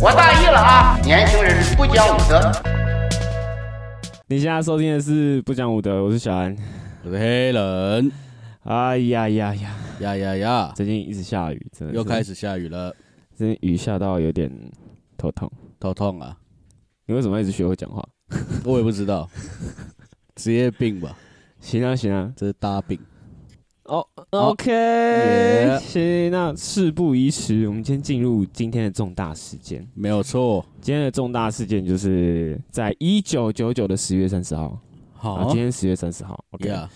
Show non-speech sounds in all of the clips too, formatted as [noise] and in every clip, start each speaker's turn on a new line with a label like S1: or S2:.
S1: 我大意了啊！年轻人不讲武德。
S2: 你现在收听的是《不讲武德》，我是小安。
S3: 我是黑人，
S2: 哎呀呀呀！
S3: 呀呀呀，
S2: 最近一直下雨，真的
S3: 又开
S2: 始。
S3: 始下雨了，
S2: 最近雨下到有点头痛。
S3: 头痛啊！
S2: 你为什么要一直学会讲话？
S3: 我也不知 [laughs] 道，职业病吧，
S2: 行啊行啊
S3: 这是大病。
S2: 哦、
S3: 好
S2: o k
S3: Yeah
S2: 行，那事不宜迟，我们先进入今天的重大事件。
S3: 没有错。
S2: 今天的重大事件就是在一九九九的十月三十号，啊，
S3: 好
S2: 今天十月三十号，OK，、
S3: 呀，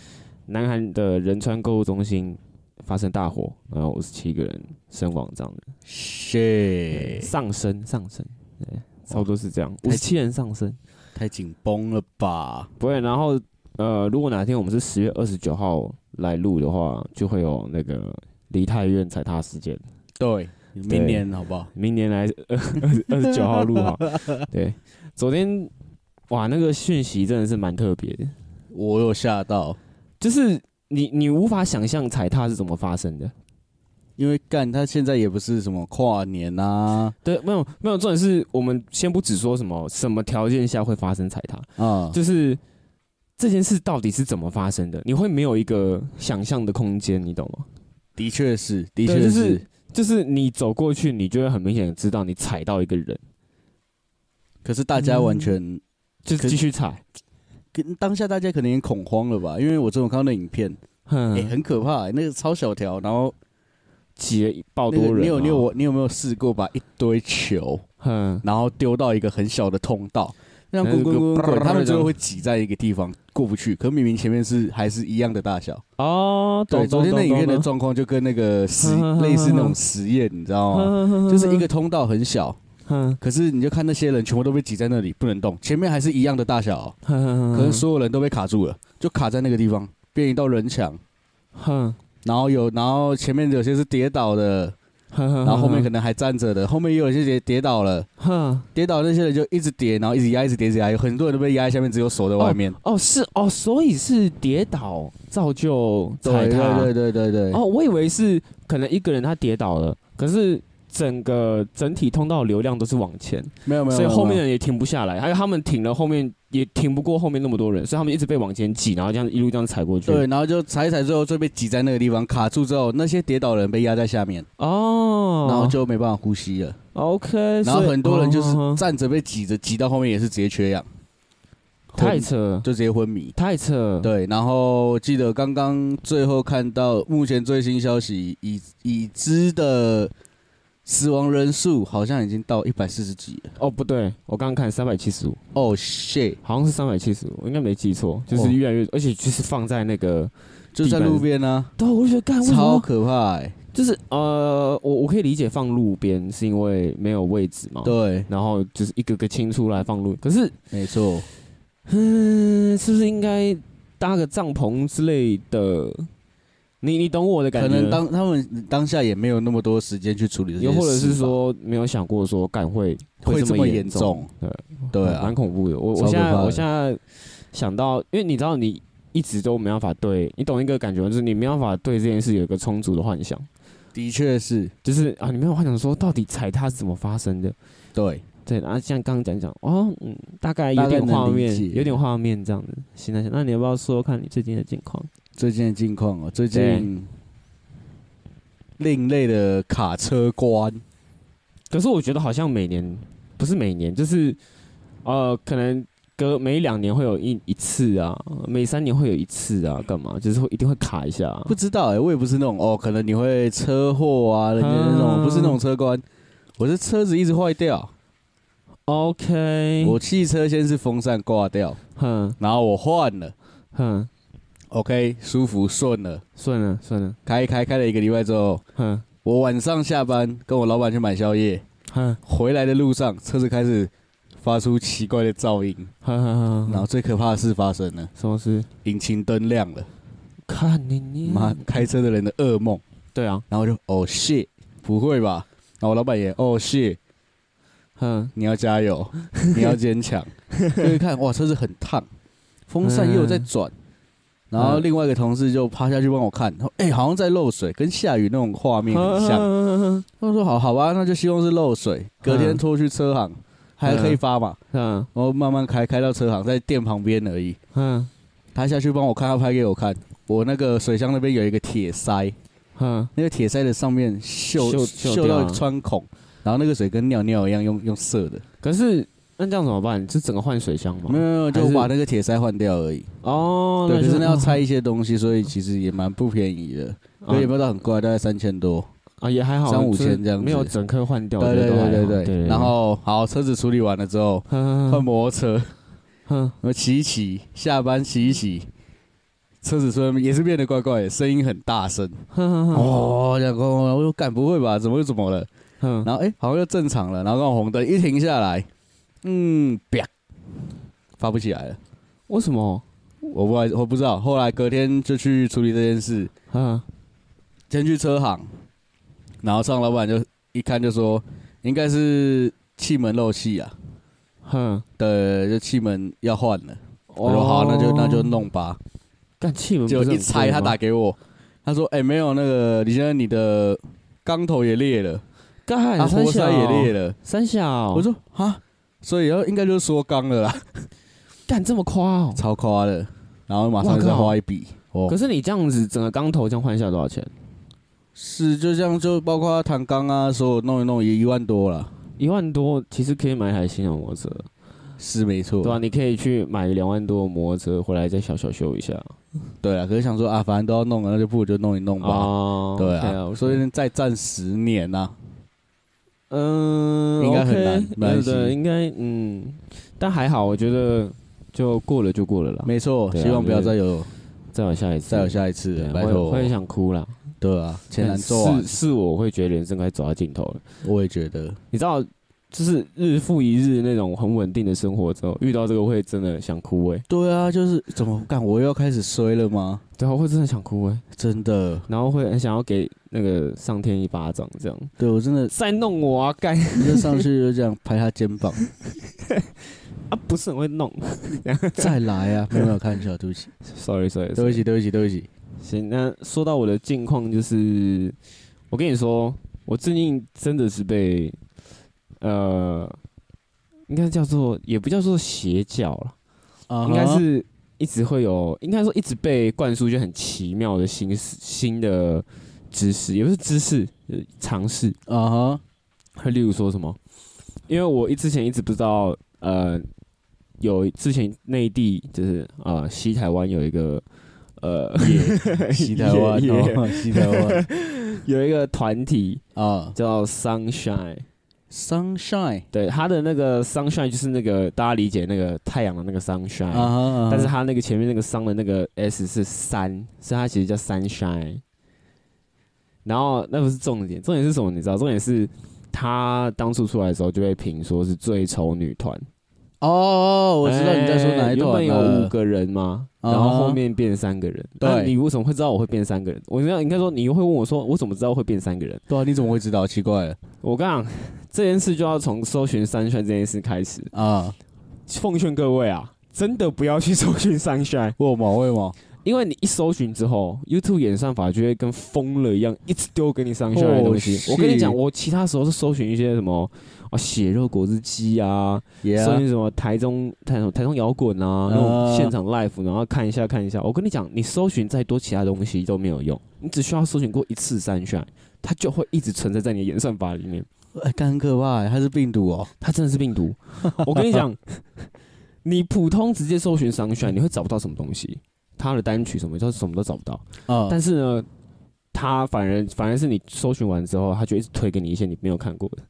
S2: 南韩的仁川购物中心发生大火，然后五十七个人身亡，这样的
S3: 谢，
S2: 上升上升，对，差不多是这样，五
S3: 太
S2: 十七人上升。
S3: 太紧绷了吧？
S2: 不会，然后呃，如果哪天我们是十月二十九号来录的话，就会有那个梨泰院踩踏事件。
S3: 对，明年好不好？
S2: 明年来二二十九号录 [laughs] 好。对，昨天哇，那个讯息真的是蛮特别的，
S3: 我有吓到，
S2: 就是你你无法想象踩踏是怎么发生的。
S3: 因为干他现在也不是什么跨年 [laughs] 啊，
S2: 对，没有没有，重点是我们先不只说什么什么条件下会发生踩踏，
S3: 啊，
S2: 就是这件事到底是怎么发生的，你会没有一个想象的空间，你懂吗？
S3: 的确是，
S2: 对
S3: 的确
S2: 就是是。就是你走过去，你就会很明显地知道你踩到一个人，
S3: 可是大家完全
S2: 就是
S3: 可
S2: 继续踩。
S3: 跟当下大家可能也恐慌了吧？因为我这种看到那影片，
S2: 哼，
S3: 哎，很可怕欸，那个超小条，然后
S2: 挤了一爆
S3: 那个
S2: 多人。啊
S3: 你有你有，我你有没有试过把一堆球，
S2: 哼，
S3: 然后丢到一个很小的通道，让
S2: 那
S3: 滚滚滚
S2: 个
S3: 滚滚，他们
S2: 这
S3: 最后
S2: 样
S3: 会挤在一个地方过不去。可明明前面是还是一样的大小。
S2: 哦，
S3: 对，
S2: 懂
S3: 昨天那影片的
S2: 懂
S3: 状况就跟那
S2: [laughs]
S3: 个实
S2: 哼哼哼
S3: 类似那种实验，你知
S2: [laughs]
S3: 道吗？
S2: 懂懂
S3: 就是一个通道很小，
S2: 哼
S3: 可是你就看那些人全部都被挤在那里，不能动，前面还是一样的大小哦、
S2: 哼哼，
S3: 可是所有人都被卡住了，就卡在那个地方，变一道人墙。
S2: 哼
S3: 然后有，然后前面有些是跌倒的，
S2: 哼哼，
S3: 然后后面可能还站着的，后面也有一些跌跌倒了，
S2: 哼
S3: 跌倒那些人就一直跌，然后一直压，一直跌，一直压，有很多人都被压在下面，只有手在外面。
S2: 哦是哦，所以是跌倒造就踩
S3: 对
S2: 踏。
S3: 对对对对对。
S2: 哦，我以为是可能一个人他跌倒了，可是整个整体通道流量都是往前。
S3: 没有没有，
S2: 所以
S3: 没有
S2: 后面
S3: 没
S2: 的
S3: 有
S2: 人也停不下来，还有他们停了，后面也停不过后面那么多人，所以他们一直被往前挤，然后这样一路这样踩过去。
S3: 对，，然后就踩一踩，最后就被挤在那个地方卡住之后，那些跌倒的人被压在下面，
S2: 哦，
S3: 然后就没办法呼吸了。
S2: OK，
S3: 然后
S2: 所以
S3: 很多人就
S2: 嗯
S3: 是
S2: 哼哼
S3: 站着被挤着，挤到后面也是直接缺氧，
S2: 太
S3: 昏
S2: 扯了，
S3: 就直接昏迷。
S2: 太扯了，
S3: 对，然后记得刚刚最后看到目前最新消息，已已知的死亡人数好像已经到一百四十几了。
S2: 哦，不对，我刚刚看三百七十五，
S3: 哦、shit！
S2: 好像是三百七十五，我应该没记错，就
S3: 哦
S2: 是越来越，而且就是放在那个，
S3: 就在路边啊呢、
S2: 对，我就觉得干为什
S3: 超
S2: 么？
S3: 可怕、欸。
S2: 就是呃，我我可以理解放路边是因为没有位置嘛，，
S3: 对，
S2: 然后就是一个个清出来放路，可是
S3: 没错，
S2: 嗯，是不是应该搭个帐篷之类的？你你懂我的感
S3: 可
S2: 觉？
S3: 能当他们当下也没有那么多时间去处理这些
S2: 又或者是
S3: 事吧
S2: 说没有想过说干会
S3: 会
S2: 这
S3: 这么
S2: 严
S3: 严，重，
S2: 对
S3: 对
S2: 蛮
S3: 啊，
S2: 恐怖的。我
S3: 超
S2: 我
S3: 可
S2: 现在
S3: 怕的
S2: 我现在想到，因为你知道你一直都没办法对你懂一个感觉吗，就是你没办法对这件事有一个充足的幻想，
S3: 的确是
S2: 就是啊，你没有幻想说到底踩踏是怎么发生的。
S3: 对，
S2: 对，然后像刚刚讲讲哦，嗯，大概有点
S3: 大概能
S2: 画
S3: 理解
S2: 面，有点画面这样子。行那行，那你要不要说说看你最近的近况？
S3: 最近的近况哦，最近另类的卡车关，
S2: 可是我觉得好像每年不是每年，就是呃，可能隔每两年会有一一次啊，每三年会有一次啊，干嘛？就是会一定会卡一下啊、
S3: 不知道哎、我也不是那种哦，可能你会车祸啊，人家那种
S2: 啊
S3: 不是那种车关，我是车子一直坏掉，
S2: OK，
S3: 我汽车先是风扇挂掉，
S2: 哼
S3: 然后我换了
S2: 哼，
S3: ，OK，舒服顺了，
S2: 算了算了，
S3: 开一开开了一个礼拜之后，
S2: 哼
S3: 我晚上下班跟我老板去买宵夜，
S2: 哼
S3: 回来的路上车子开始发出奇怪的噪音，
S2: 哼哼
S3: 然
S2: 哼，
S3: 后最可怕的事发生了，
S2: 什么事？
S3: 引擎灯亮了，
S2: 看你你
S3: 妈，开车的人的噩梦。
S2: 对啊，
S3: 然后我就哦 shit，不会吧？然后我老板也哦 shit，
S2: 哼
S3: 你要加油，你要坚强。就一看哇，车子很烫，风扇也有在转，然后另外一个同事就趴下去帮我看，他说：“哎、好像在漏水，跟下雨那种画面很像。”
S2: 像，
S3: 他说：“好好吧，那就希望是漏水。”隔天拖去车行，还可以发嘛。
S2: 嗯
S3: 然后慢慢开，开到车行，在店旁边而已。
S2: 嗯
S3: 他下去帮我看，他拍给我看。我那个水箱那边有一个铁塞，
S2: 嗯，
S3: 那个铁塞的上面锈
S2: 锈
S3: 锈
S2: 锈掉啊
S3: 到
S2: 了
S3: 穿孔，然后那个水跟尿尿一样，用用射的。
S2: 可是那这样怎么办？是整个换水箱吗
S3: 没？有没有，
S2: 还
S3: 就是把那个铁塞换掉而已。
S2: 哦，
S3: 对，可
S2: 就是
S3: 那要拆一些东西，所以其实也蛮不便宜的，所以也
S2: 啊
S3: 没有到很贵，大概三千多。
S2: 啊，也还好，
S3: 三五
S2: 就是
S3: 千这样子
S2: 没有整颗换掉，
S3: 对对
S2: 我觉得都还
S3: 对
S2: 好
S3: 对对。然后好，车子处理完了之后，
S2: 嗯
S3: 换摩托车。
S2: 嗯
S3: 我骑一骑，下班骑一骑，车子说也是变得怪怪的，声音很大声。
S2: 嗯
S3: 哦，这样咣咣咣我说干不会吧？怎么又怎么了？
S2: 嗯，
S3: 然后哎、好像又正常了。然后刚好红灯一停下来，嗯，啪，发不起来了。
S2: 为什么？
S3: 我不知道我不知道。后来隔天就去处理这件事，
S2: 嗯
S3: 先去车行，然后上老板就一看就说应该是气门漏气啊，
S2: 嗯，
S3: 对，就气门要换了。我
S2: 我
S3: 说好，那就那就弄吧。
S2: 哦干气门，
S3: 就一拆，
S2: 啊
S3: 他打给我，他说：“哎、没有那个，你现在你的钢头也裂了，
S2: 干，
S3: 啊，活
S2: 三
S3: 塞
S2: 小
S3: 也裂了。
S2: 三小，
S3: 我说：“啊，所以要应该就是缩钢了啦，
S2: 干这么夸哦。
S3: 超夸的。”然后马上
S2: 哇
S3: 再
S2: 靠
S3: 花一笔，哦
S2: 可，是你这样子整个钢头这样换下来多少钱？
S3: 是就这样，就包括弹钢啊，所有弄一弄也一万多了，
S2: 一万多其实可以买一台新的摩托车，
S3: 是没错，
S2: 对吧、啊？你可以去买两万多的摩托车回来再小小修一下。
S3: 对啊。可是想说啊，反正都要弄了，那就不如就弄一弄吧，
S2: 哦，
S3: 对
S2: OK
S3: 啊。
S2: OK
S3: 所以再战十年啊呐、
S2: 嗯，
S3: 应该很
S2: OK，
S3: 难没关
S2: 对
S3: 系
S2: 对，应该嗯，但还好，我觉得就过了就过了啦，
S3: 没错，
S2: 对啊
S3: 希望不
S2: 就
S3: 要
S2: 是
S3: 再有
S2: 再有下一次，
S3: 再有下一次
S2: 对
S3: 了，
S2: 啊
S3: 拜
S2: 会
S3: 托，
S2: 会想哎哭啦，
S3: 对啊，钱难赚啊
S2: 是，是我会觉得人生快走到尽头了，
S3: 我也觉得。
S2: 你知道。就是日复一日那种很稳定的生活之后，遇到这个会真的想哭哎、
S3: 对啊，就是怎么干？我又要开始衰了吗？
S2: 对啊，会真的想哭哎、
S3: 真的，
S2: 然后会很想要给那个上天一巴掌，这样
S3: 对我真的
S2: 再弄我啊，干
S3: 就上去就这样拍他肩膀，
S2: 啊，不是很会弄 [laughs]
S3: 再来啊！没有没有，开玩笑，对不起，
S2: ，sorry sorry，
S3: 对不起，对不起，对不起。
S2: 行，那说到我的近况，就是我跟你说，我最近真的是被呃，应该叫做也不叫做邪教了
S3: 啊哈
S2: 应该是一直会有，应该说一直被灌输一些很奇妙的新思新的知识，也不是知识，就是尝试。
S3: 啊
S2: [laughs]
S3: 哈，
S2: 例如说什么？因为我一之前一直不知道，呃，有之前内地就是呃西台湾有一个呃
S3: [laughs] 西台湾，
S2: 也也
S3: 哦西台湾
S2: 有一个团体
S3: 啊
S2: 叫 Sunshine，
S3: ，Sunshine
S2: 对，它的那个 Sunshine 就是那个大家理解那个太阳的那个 Sunshine，、
S3: 啊哈啊哈，
S2: 哎但是它那个前面那个 Sun 的那个 S 是三，所以它其实叫 Sunshine。然后那不是重点，重点是什么？你知道？重点是它当初出来的时候就被评说是最丑女团。
S3: 哦哦，我知道你在说哪一
S2: 哎
S3: 段
S2: 原本有五
S3: 了。
S2: 个人嘛，
S3: 啊
S2: 然后后面变三个人。
S3: 对
S2: 那你为什么会知道我会变三个人？我应该应该说你会问我说，我怎么知道会变三个人？
S3: 对啊，你怎么会知道？奇怪了
S2: 我跟你讲，这件事就要从搜寻三圈这件事开始。
S3: 啊，
S2: 奉劝各位啊，真的不要去搜寻三圈， [laughs]
S3: 为毛为毛？
S2: 因为你一搜寻之后，YouTube 演算法就会跟疯了一样，一直丢给你三圈的东西。
S3: 哦
S2: 我跟你讲，
S3: 是
S2: 我其他时候是搜寻一些什么啊血肉果汁机啊，搜
S3: Yeah，
S2: 寻什么台中台什么台中摇滚啊，那种现场 live，然后看一下看一下。我跟你讲，你搜寻再多其他东西都没有用，你只需要搜寻过一次三圈，它就会一直存在在你的演算法里面。
S3: 哎，干很可怕，它是病毒哦。
S2: 它真的是病
S3: [laughs]
S2: 毒。我跟你讲，你普通直接搜寻 Sunshine，你会找不到什么东西，他的单曲什么，就是什么都找不到。
S3: 啊，
S2: 但是呢，他反而反而是你搜寻完之后，他就一直推给你一些你没有看过的、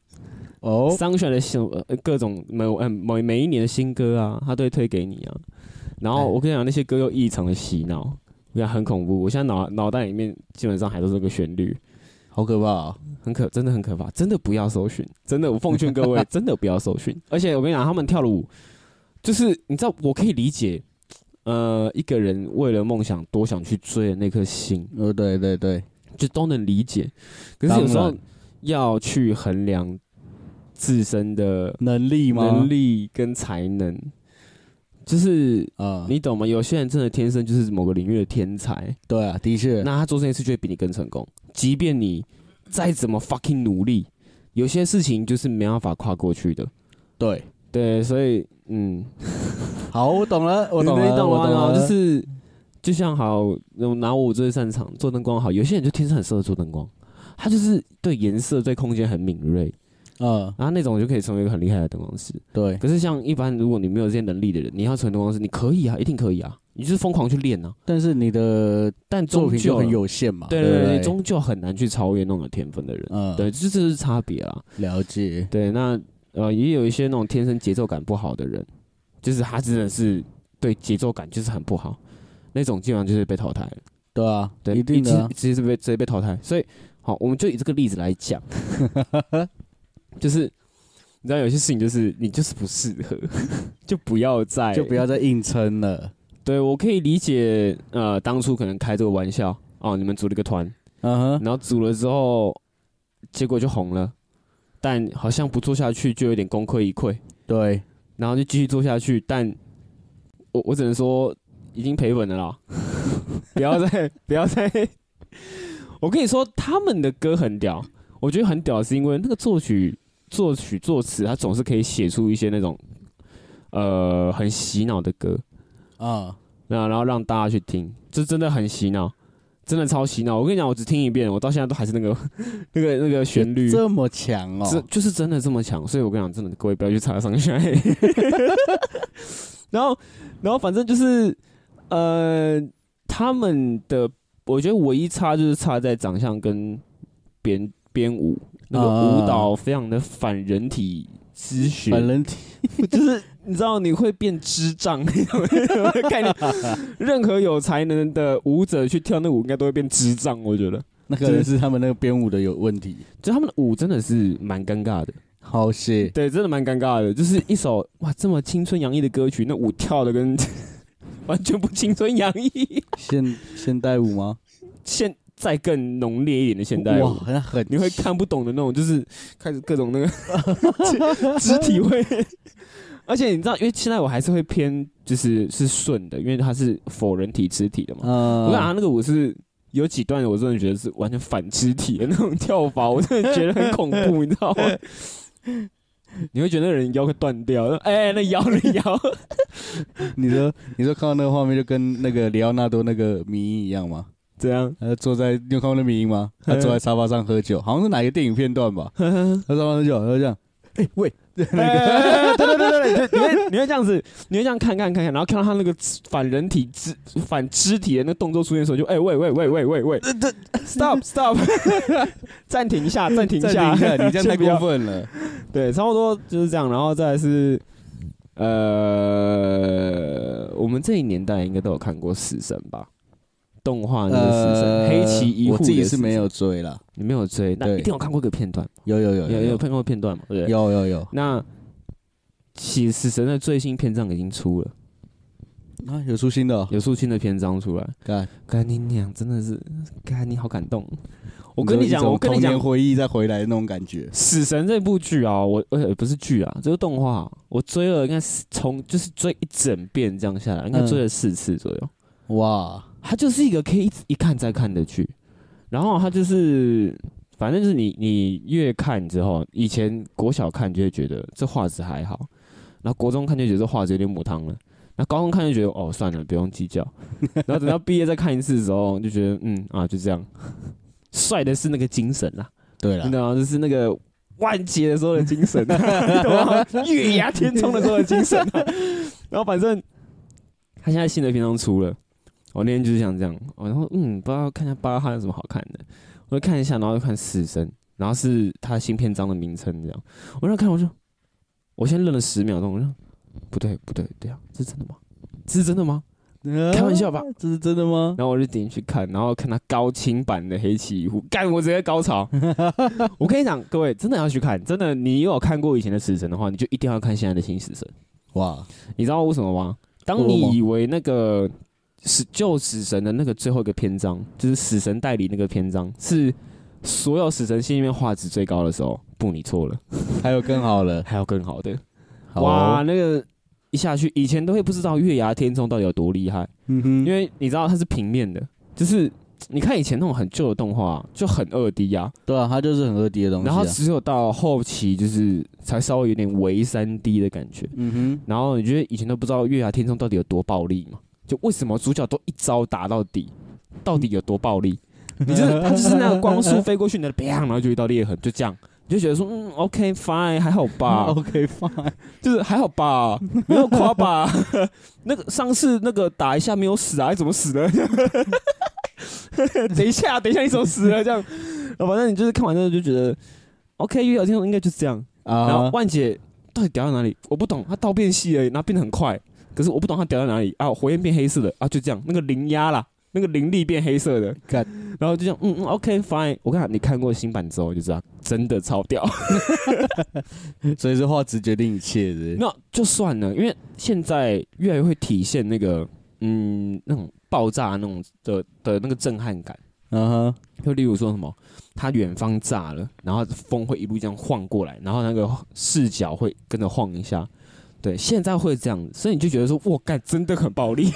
S3: 哦，
S2: Sunshine 的新呃各种某嗯某每一年的新歌啊，他都会推给你啊。然后
S3: 哎
S2: 我跟你讲，那些歌又异常的洗脑，我跟你讲很恐怖。我现在脑脑袋里面基本上还都是这个旋律，
S3: 好可怕哦。
S2: 很可，真的很可怕，真的不要搜寻，真的，我奉劝各
S3: [laughs]
S2: 位，真的不要搜寻。而且我跟你讲，他们跳的舞，就是你知道，我可以理解，呃，一个人为了梦想多想去追的那颗心，
S3: 呃，对对对，
S2: 就都能理解。可是有时
S3: 当
S2: 候
S3: 然
S2: 要去衡量自身的
S3: 能力吗？
S2: 能力跟才能，就是
S3: 啊、
S2: 你懂吗？有些人真的天生就是某个领域的天才，
S3: 对啊，的确，
S2: 那他做这件事就会比你更成功。即便你再怎么 fucking 努力，有些事情就是没办法跨过去的。
S3: 对，
S2: 对，所以嗯，
S3: 好，我懂了，我
S2: 你
S3: 懂了，
S2: 你懂
S3: 我
S2: 吗？
S3: 懂啊
S2: 然后
S3: 了，
S2: 就是就像好，嗯拿我最擅长做灯光好，有些人就天生很适合做灯光，他就是对颜色、对空间很敏锐，
S3: 嗯，
S2: 然后那种就可以成为一个很厉害的灯光师。
S3: 对，
S2: 可是像一般如果你没有这些能力的人，你要成为灯光师，你可以啊，一定可以啊，你就是疯狂去练啊。
S3: 但是你的
S2: 但
S3: 作
S2: 终
S3: 品
S2: 究
S3: 就很有限嘛，
S2: 对
S3: 对
S2: 对
S3: 不
S2: 对，终究很难去超越那种有天分的人。
S3: 嗯，
S2: 对，这就是差别啦。
S3: 了解，
S2: 对，那呃，也有一些那种天生节奏感不好的人，就是他真的是对节奏感就是很不好，那种基本上就是被淘汰了。
S3: 对啊，
S2: 对，
S3: 一定的啊、
S2: 直直接是被直接被淘汰。所以，好，我们就以这个例子来
S3: [laughs]
S2: 讲，就是你知道有些事情就是你就是不适合， [laughs] 就不要再
S3: 就不要再硬撑了，
S2: 对我可以理解，呃，当初可能开这个玩笑哦，你们组了一个团，
S3: 嗯 [laughs] 哼，
S2: 然后组了之后，结果就红了，但好像不做下去就有点功亏一篑，
S3: 对，
S2: 然后就继续做下去，但我我只能说已经赔本了啦， [laughs] 不要再 [laughs] 不要再，我跟你说他们的歌很屌，我觉得很屌是因为那个作曲作曲作词，他总是可以写出一些那种呃很洗脑的歌，
S3: 啊、
S2: 那然后让大家去听，这真的很洗脑，真的超洗脑。我跟你讲，我只听一遍，我到现在都还是那个 [laughs] 那个那个旋律，
S3: 这么强哦、
S2: 这就是真的这么强。所以我跟你讲，真的各位不要去查上下。
S3: [laughs]
S2: 然后，然后反正就是呃，他们的我觉得唯一差就是差在长相跟编编舞那个
S3: 啊
S2: 舞蹈非常的反人体之学，
S3: 反人体，
S2: 就是你知道你会变智障那种概念。任何有才能的舞者去跳那舞，应该都会变智障。我觉得，
S3: 那可能是他们那个编舞的有问题，
S2: 就他们的舞真的是蛮尴尬的，
S3: 好谢，
S2: 对，真的蛮尴尬的。就是一首哇这么青春洋溢的歌曲，那舞跳的跟 [laughs] 完全不青春洋溢，
S3: 现现代舞吗？
S2: 现再更浓烈一点的现代
S3: 哇
S2: 舞，，
S3: 那很
S2: 你会看不懂的那种，就是开始各种那 [laughs] 个肢肢体 [laughs] 会。而且你知道，因为现在我还是会偏就是是顺的，因为它是否人体肢体的嘛。
S3: 嗯，
S2: 我感觉啊他那个舞是有几段，我真的觉得是完全反肢体的那种跳法，我真的觉得很恐怖，你知道吗？你会觉得那个人腰会断掉，哎、那腰那腰，
S3: 嗯你说你说看到那个画面就跟那个里奥纳多那个迷音一样吗？
S2: 怎样？
S3: 他坐在你有看过那迷音吗？
S2: 嗯
S3: 他坐在沙发上喝酒，好像是哪一个电影片
S2: [laughs]
S3: 段吧？他沙发喝酒，他就这样，哎、喂，
S2: 哎对对对对对，你会你会这样子， [laughs] 你会这样看看看看，然后看到他那个反人体肢反肢体的那个动作出现的时候，就哎、喂喂喂喂喂喂，stop [laughs] stop，暂停一下，暂停一
S3: 暂
S2: 下，
S3: 停一下，你这样太
S2: [laughs] 先不要
S3: 过分了。
S2: 对，差不多就是这样。然后再来是，呃，我们这一年代应该都有看过《死神》吧？动画那个《死神》啊黑崎一护
S3: 呃我
S2: 的
S3: 自己是
S2: 死神
S3: 没，有追啦，
S2: 你没有追，那
S3: 对
S2: 一定有看过一个片段，
S3: 有有有
S2: 有有
S3: 有
S2: 看过片段嘛？对不对？
S3: 有有有
S2: 那死死神的最新篇章已经出了，
S3: 啊，有出新的、哦，
S2: 有出新的篇章出来。
S3: 看，
S2: 干你娘，真的是，干你好感动。我跟你
S3: 有一
S2: 讲，
S3: 种
S2: 我跟你
S3: 童年
S2: 讲，
S3: 回忆再回来的那种感觉。
S2: 死神这部剧啊，我呃不是剧啊，这个动画啊我追了，应该是从就是追一整遍这样下来，应该追了四次左右。
S3: 哇，
S2: 它就是一个可以一直一看再看的剧，然后它就是反正就是你你越看之后，以前国小看就会觉得这画质还好，然后国中看就觉得这画质有点母汤了。然后高中看就觉得哦算了不用计较，然后等到毕业再看一次的时候就觉得嗯啊就这样，帅的是那个精神啦，
S3: 对
S2: 你
S3: 了，
S2: 懂吗？啊就是那个万劫的时候的精神、 [laughs] 啊，你懂吗？月牙天冲的时候的精神、 [laughs] 啊。然后反正他现在新的篇章出了，我那天就是想这样，我然后嗯，不知道看一下巴哈有什么好看的，我就看一下，然后就看死神，然后是他新篇章的名称这样，我让看我就，我先愣了十秒钟，我说不对不对，对啊，这是真的吗？这是真的吗？开玩笑吧嗯
S3: 啊，这是真的吗？
S2: 然后我就点进去看，然后看他高清版的《黑崎一护》，干我直接高潮。 [laughs] 我跟你讲，各位真的要去看，真的，你有看过以前的死神的话，你就一定要看现在的新死神。
S3: 哇，
S2: 你知道为什么吗？当
S3: 为什么
S2: 你以为那个死救死神的那个最后一个篇章，就是死神代理那个篇章，是所有死神系里面画质最高的时候，不，你错了，
S3: 还有更好了，
S2: 还有更好的。
S3: 好
S2: 哇，
S3: 哦，
S2: 那个一下去，以前都会不知道月牙天冲到底有多厉害，
S3: 嗯哼，
S2: 因为你知道它是平面的，就是你看以前那种很旧的动画、就很二 D 啊，
S3: 对啊，它就是很二 D 的东西、啊。
S2: 然后只有到后期就是才稍微有点微三 D 的感觉。
S3: 嗯
S2: 然后你觉得以前都不知道月牙天冲到底有多暴力嘛？就为什么主角都一招打到底，到底有多暴力？
S3: 哼，
S2: 你就是他就是那个光速飞过去，你的 [laughs] 砰，然后就一道裂痕，就这样，你就觉得说嗯，OK fine，还好
S3: [laughs]
S2: 吧，
S3: OK fine，
S2: 就是还好 [laughs] 吧，没有夸吧。 [laughs] 那个上次那个打一下没有死啊，怎么死的？ [laughs] 等一下，等一下，你怎么死了？这样，然后哦反正你就是看完之后就觉得 OK，月牙天冲应该就是这样。然后
S3: 啊，
S2: 万姐到底屌到哪里？我不懂，她刀变细而已，然后变得很快，可是我不懂她屌到哪里啊！火焰变黑色的啊，就这样，那个灵压啦，那个灵力变黑色的，
S3: 干，
S2: 然后就这样，嗯嗯，OK fine。我看你看过新版之后就知道，真的超屌。
S3: 所以是画质决定一切的。
S2: 那就算了，因为现在越来越会体现那个嗯那种爆炸那种的的那个震撼感。
S3: 嗯哼，
S2: 就例如说什么，它远方炸了，然后风会一路这样晃过来，然后那个视角会跟着晃一下。对，现在会这样子，所以你就觉得说，哇，干，真的很暴力。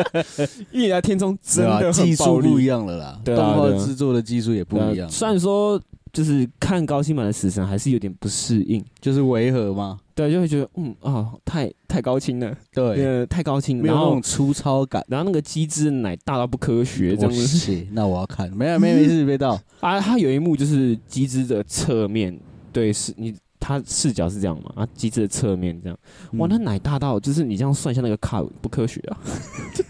S2: [laughs] 夜来天冲真
S3: 对啊
S2: 的
S3: 技
S2: 很暴
S3: 术不一
S2: 力。
S3: 样了啦，
S2: 对
S3: 动
S2: 啊
S3: 画
S2: 对啊
S3: 制作的技术也不一
S2: 对啊
S3: 样，
S2: 虽然说就是看高清版的《死神》还是有点不适应，
S3: 就是违和嘛。
S2: 对，就会觉得嗯啊，太太高清了，
S3: 对，
S2: 呃，太高清了，
S3: 没有
S2: 然
S3: 那
S2: 后
S3: 种粗糙感。
S2: 然后那个机制奶大到不科学，这样
S3: 我
S2: 子。
S3: 写，那我要看，没有没有
S2: [laughs]
S3: 没事，别到。
S2: 啊，他有一幕就是机智的侧面，对，是你他视角是这样嘛？啊，机智的侧面这样，嗯
S3: 嗯
S2: 哇，那奶大到就是你这样算一下那个 cup 不科学啊，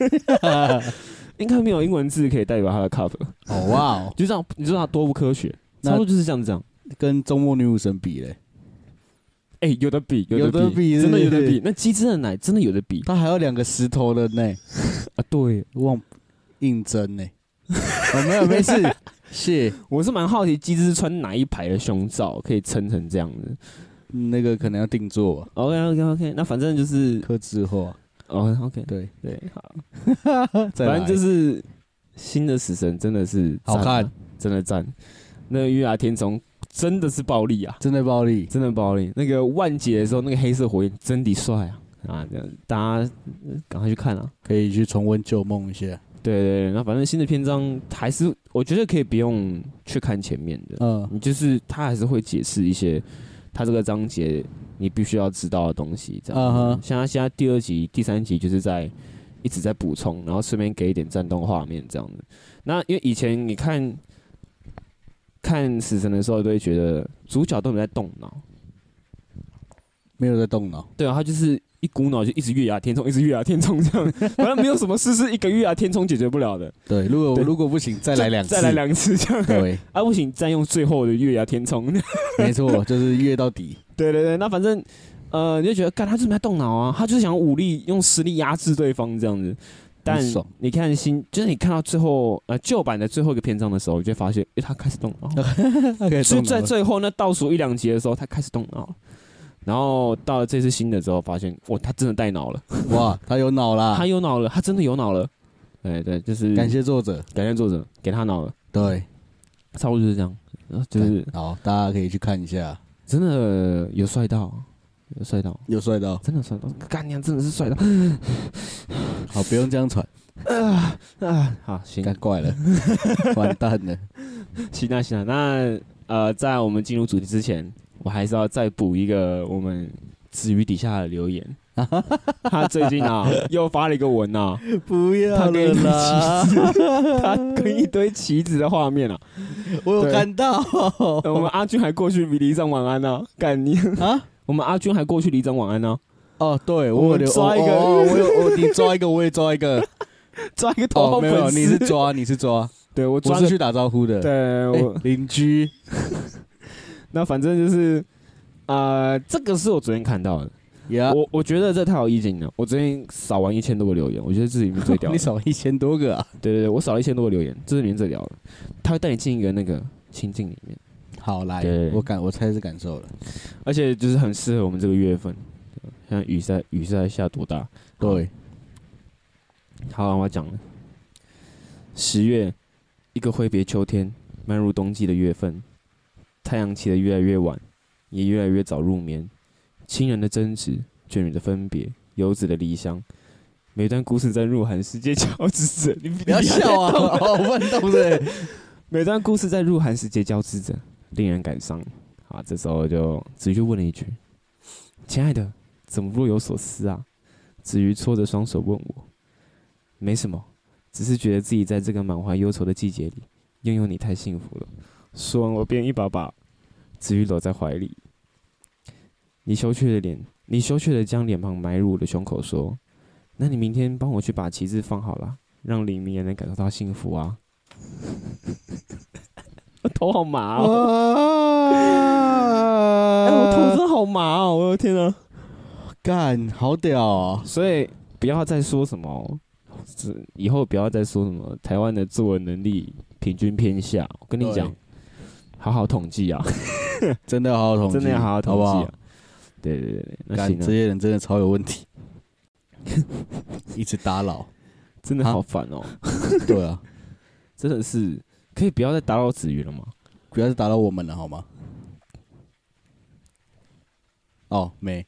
S2: [laughs] 应该没有英文字可以代表他的 cup，
S3: 哦哇哦，
S2: 就这样，你知道他多不科学，
S3: 那
S2: 差不多就是这样讲。
S3: 跟周末女武神比嘞，
S2: 哎、有的比，
S3: 有
S2: 的
S3: 得比
S2: 真的有
S3: 是不
S2: 的
S3: 是
S2: 比。那机智的奶真的有的比
S3: 他还有两个石头人呢，
S2: 啊！对，
S3: 忘应征呢。哦没有
S2: [laughs]
S3: 没事，谢
S2: 我是蛮好奇机智是穿哪一排的胸罩可以撑成这样子。
S3: 那个可能要定做吧，
S2: OK OK OK，那反正就是
S3: 刻字化。
S2: 哦 OK
S3: 对，
S2: 对好。
S3: 再
S2: 反正就是是新的死神真的是赞啊
S3: 好看，
S2: 真的赞。那个月牙天虫真的是暴力啊，
S3: 真的暴力。
S2: 真的暴力。那个万劫的时候，那个黑色火焰真的帅啊啊！这样大家呃赶快去看啊！
S3: 可以去重温旧梦一下。
S2: 对对对，那反正新的篇章还是我觉得可以不用去看前面的，
S3: 嗯，
S2: 你就是他还是会解释一些他这个章节你必须要知道的东西，这样。
S3: 嗯哼
S2: 像他现在第二集、第三集就是在一直在补充，然后顺便给一点战斗画面这样子。那因为以前你看看死神的时候，都会觉得主角都没在动脑，
S3: 没有在动脑，
S2: 对啊，他就是一股脑就一直月牙天冲，一直月牙天冲这样， [laughs] 反正没有什么事是一个月牙天冲解决不了的，
S3: 对，如果
S2: 对
S3: 如果不行，再来两次，
S2: 再来，两次这样。
S3: 对，
S2: 啊，不行，占用最后的月牙天冲。
S3: [laughs] 没错，就是越
S2: [laughs]
S3: 到底，
S2: 对对对，那反正呃，你就觉得干他就是没在动脑啊，他就是想武力用实力压制对方这样子。但
S3: 很爽
S2: 你看新，就是你看到最后呃旧版的最后一个篇章的时候，你就会发现，诶，他开始动 [laughs] 脑了，
S3: OK，
S2: 所以在最后那倒数一两集的时候，他开始动脑了。然后到了这次新的之后，发现哇，他真的带脑了，
S3: 哇，他有脑啦
S2: 他，有脑了，他真的有脑了。对对，就是
S3: 感谢作者，
S2: 感谢作者给他脑了，
S3: 对，
S2: 差不多就是这样，呃就是
S3: 好，大家可以去看一下，
S2: 真的有帅到，有帅到，
S3: 有帅到，
S2: 真的帅到，干娘真的是帅到。
S3: 好，不用这样
S2: [laughs]
S3: 喘，
S2: 啊，好，行
S3: 干怪了，完蛋
S2: [laughs]
S3: 了，
S2: 行那行那呃，在我们进入主题之前，我还是要再补一个我们子瑜底下的 [laughs] 留言。他最近啊，又发了一个文 [laughs] 啊，
S3: 不
S2: 他
S3: 要
S2: 跟一
S3: 了
S2: 堆
S3: 啦
S2: 棋，子，他跟一堆棋子的画 [laughs] 面啊。
S3: 我有看到
S2: 呃我们阿军还过去离长晚安呢、啊，干你！
S3: 啊，
S2: [laughs] 我们阿军还过去离长晚安啊呢、
S3: [laughs] 哦，对
S2: 我
S3: 我有
S2: 们
S3: 留
S2: 抓一个
S3: 哦哦哦我有，我你抓一个，我也抓
S2: [laughs]
S3: 一个，
S2: 啊，抓一个头
S3: 哦，
S2: 号
S3: 没有，
S2: 粉
S3: 你是
S2: 丝。
S3: 抓，你是抓，
S2: 对我
S3: 我
S2: 抓
S3: 是
S2: 的，
S3: 去打招呼的，
S2: 对
S3: 哎
S2: 我、
S3: 邻居，
S2: 那反正就是，呃，这个是我昨天看到的。
S3: 呀，
S2: 我我觉得这太有意境了。我昨天扫完一千多个留言，我觉得这里面最 [laughs] 屌的。
S3: 你少一千多个啊，
S2: 对对对，我扫了一千多个留言，这是里面最屌的。他会带你进一个那个情境里面，
S3: 好来
S2: 对，
S3: 我感我猜是感受了，
S2: 而且就是很适合我们这个月份，对像雨在雨在下多大？
S3: 对，
S2: 好，我要讲了。十月，一个挥别秋天，迈入冬季的月份，太阳起得越来越晚，也越来越早入眠。亲人的争执，眷侣的分别，游子的离乡。每段故事在入寒时节交织着， [laughs] 你
S3: 不要笑啊！哦，我问动对，
S2: 每段故事在入寒时节交织着，令人感伤。啊，这时候我就子瑜就问了一句：“亲爱的，怎么若有所思啊？”子瑜搓着双手问我：“没什么，只是觉得自己在这个满怀忧愁的季节里，拥有你太幸福了。”说完，我便一把把子瑜搂在怀里。你羞怯的脸，你羞怯的将脸庞埋入我的胸口，说：“那你明天帮我去把旗帜放好了，让李明也能感受到幸福啊。”我头好麻哦。哎、我头真的好麻哦！我的天啊！
S3: 干，好屌啊！
S2: 所以不要再说什么，只以后不要再说什么台湾的作文能力平均偏下。我跟你讲
S3: 对，
S2: 好好统计啊，
S3: 真的要好好统计，
S2: [laughs] 真的要好好统
S3: 不
S2: 计
S3: 好
S2: 啊？。对对对对，那
S3: 干，
S2: 行
S3: 这
S2: 啊，
S3: 些人真的超有问题， [laughs] 一直打扰。
S2: 真的好烦哦，
S3: 对啊，
S2: 真的是可以不要再打扰子瑜了吗？
S3: 不要再打扰我们了好吗？哦，没，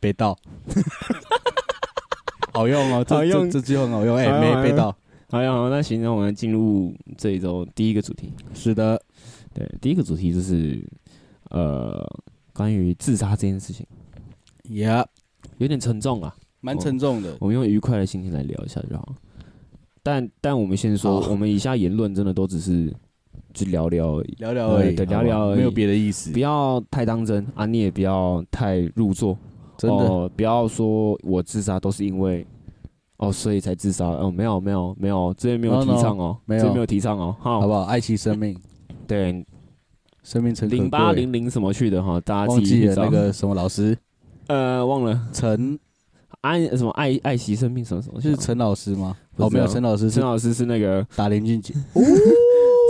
S3: 被盗， [laughs] 好用哦，这
S2: 好用
S3: 这这句很好用，哎、
S2: 好用好
S3: 没被
S2: 用
S3: 盗，
S2: 好呀，好那行，那我们进入这一周第一个主题。
S3: 是的，
S2: 对，第一个主题就是呃，关于自杀这件事情，
S3: 也、
S2: 有点沉重啊。
S3: 蛮
S2: 哦
S3: 沉重的。
S2: 我们用愉快的心情来聊一下就好。但但我们先说，
S3: 好
S2: 我们以下言论真的都只是就聊聊而已，
S3: 聊聊而已，
S2: 对对
S3: 好不好
S2: 聊聊而已
S3: 没有别的意思
S2: 不。要太当真啊！你也不要太入座，
S3: 真的
S2: 哦不要说我自杀都是因为哦，所以才自杀哦，没有没有没有，这边没有
S3: No,
S2: 提
S3: no，
S2: 倡哦，
S3: 没有
S2: 这边没有提倡哦，哈，
S3: 好不好？爱惜生命，
S2: 对，
S3: 生命诚可贵。
S2: 零八零零什么去的哈，大家
S3: 忘
S2: 自己
S3: 记
S2: 去
S3: 了
S2: 找
S3: 那个什么老师，
S2: 呃忘了
S3: 陈
S2: 爱什么爱爱惜生命什么什么，
S3: 是陈老师吗？
S2: 不知道
S3: 哦，没有，陈老师
S2: 陈
S3: 是
S2: 老师是那个
S3: 打林俊杰。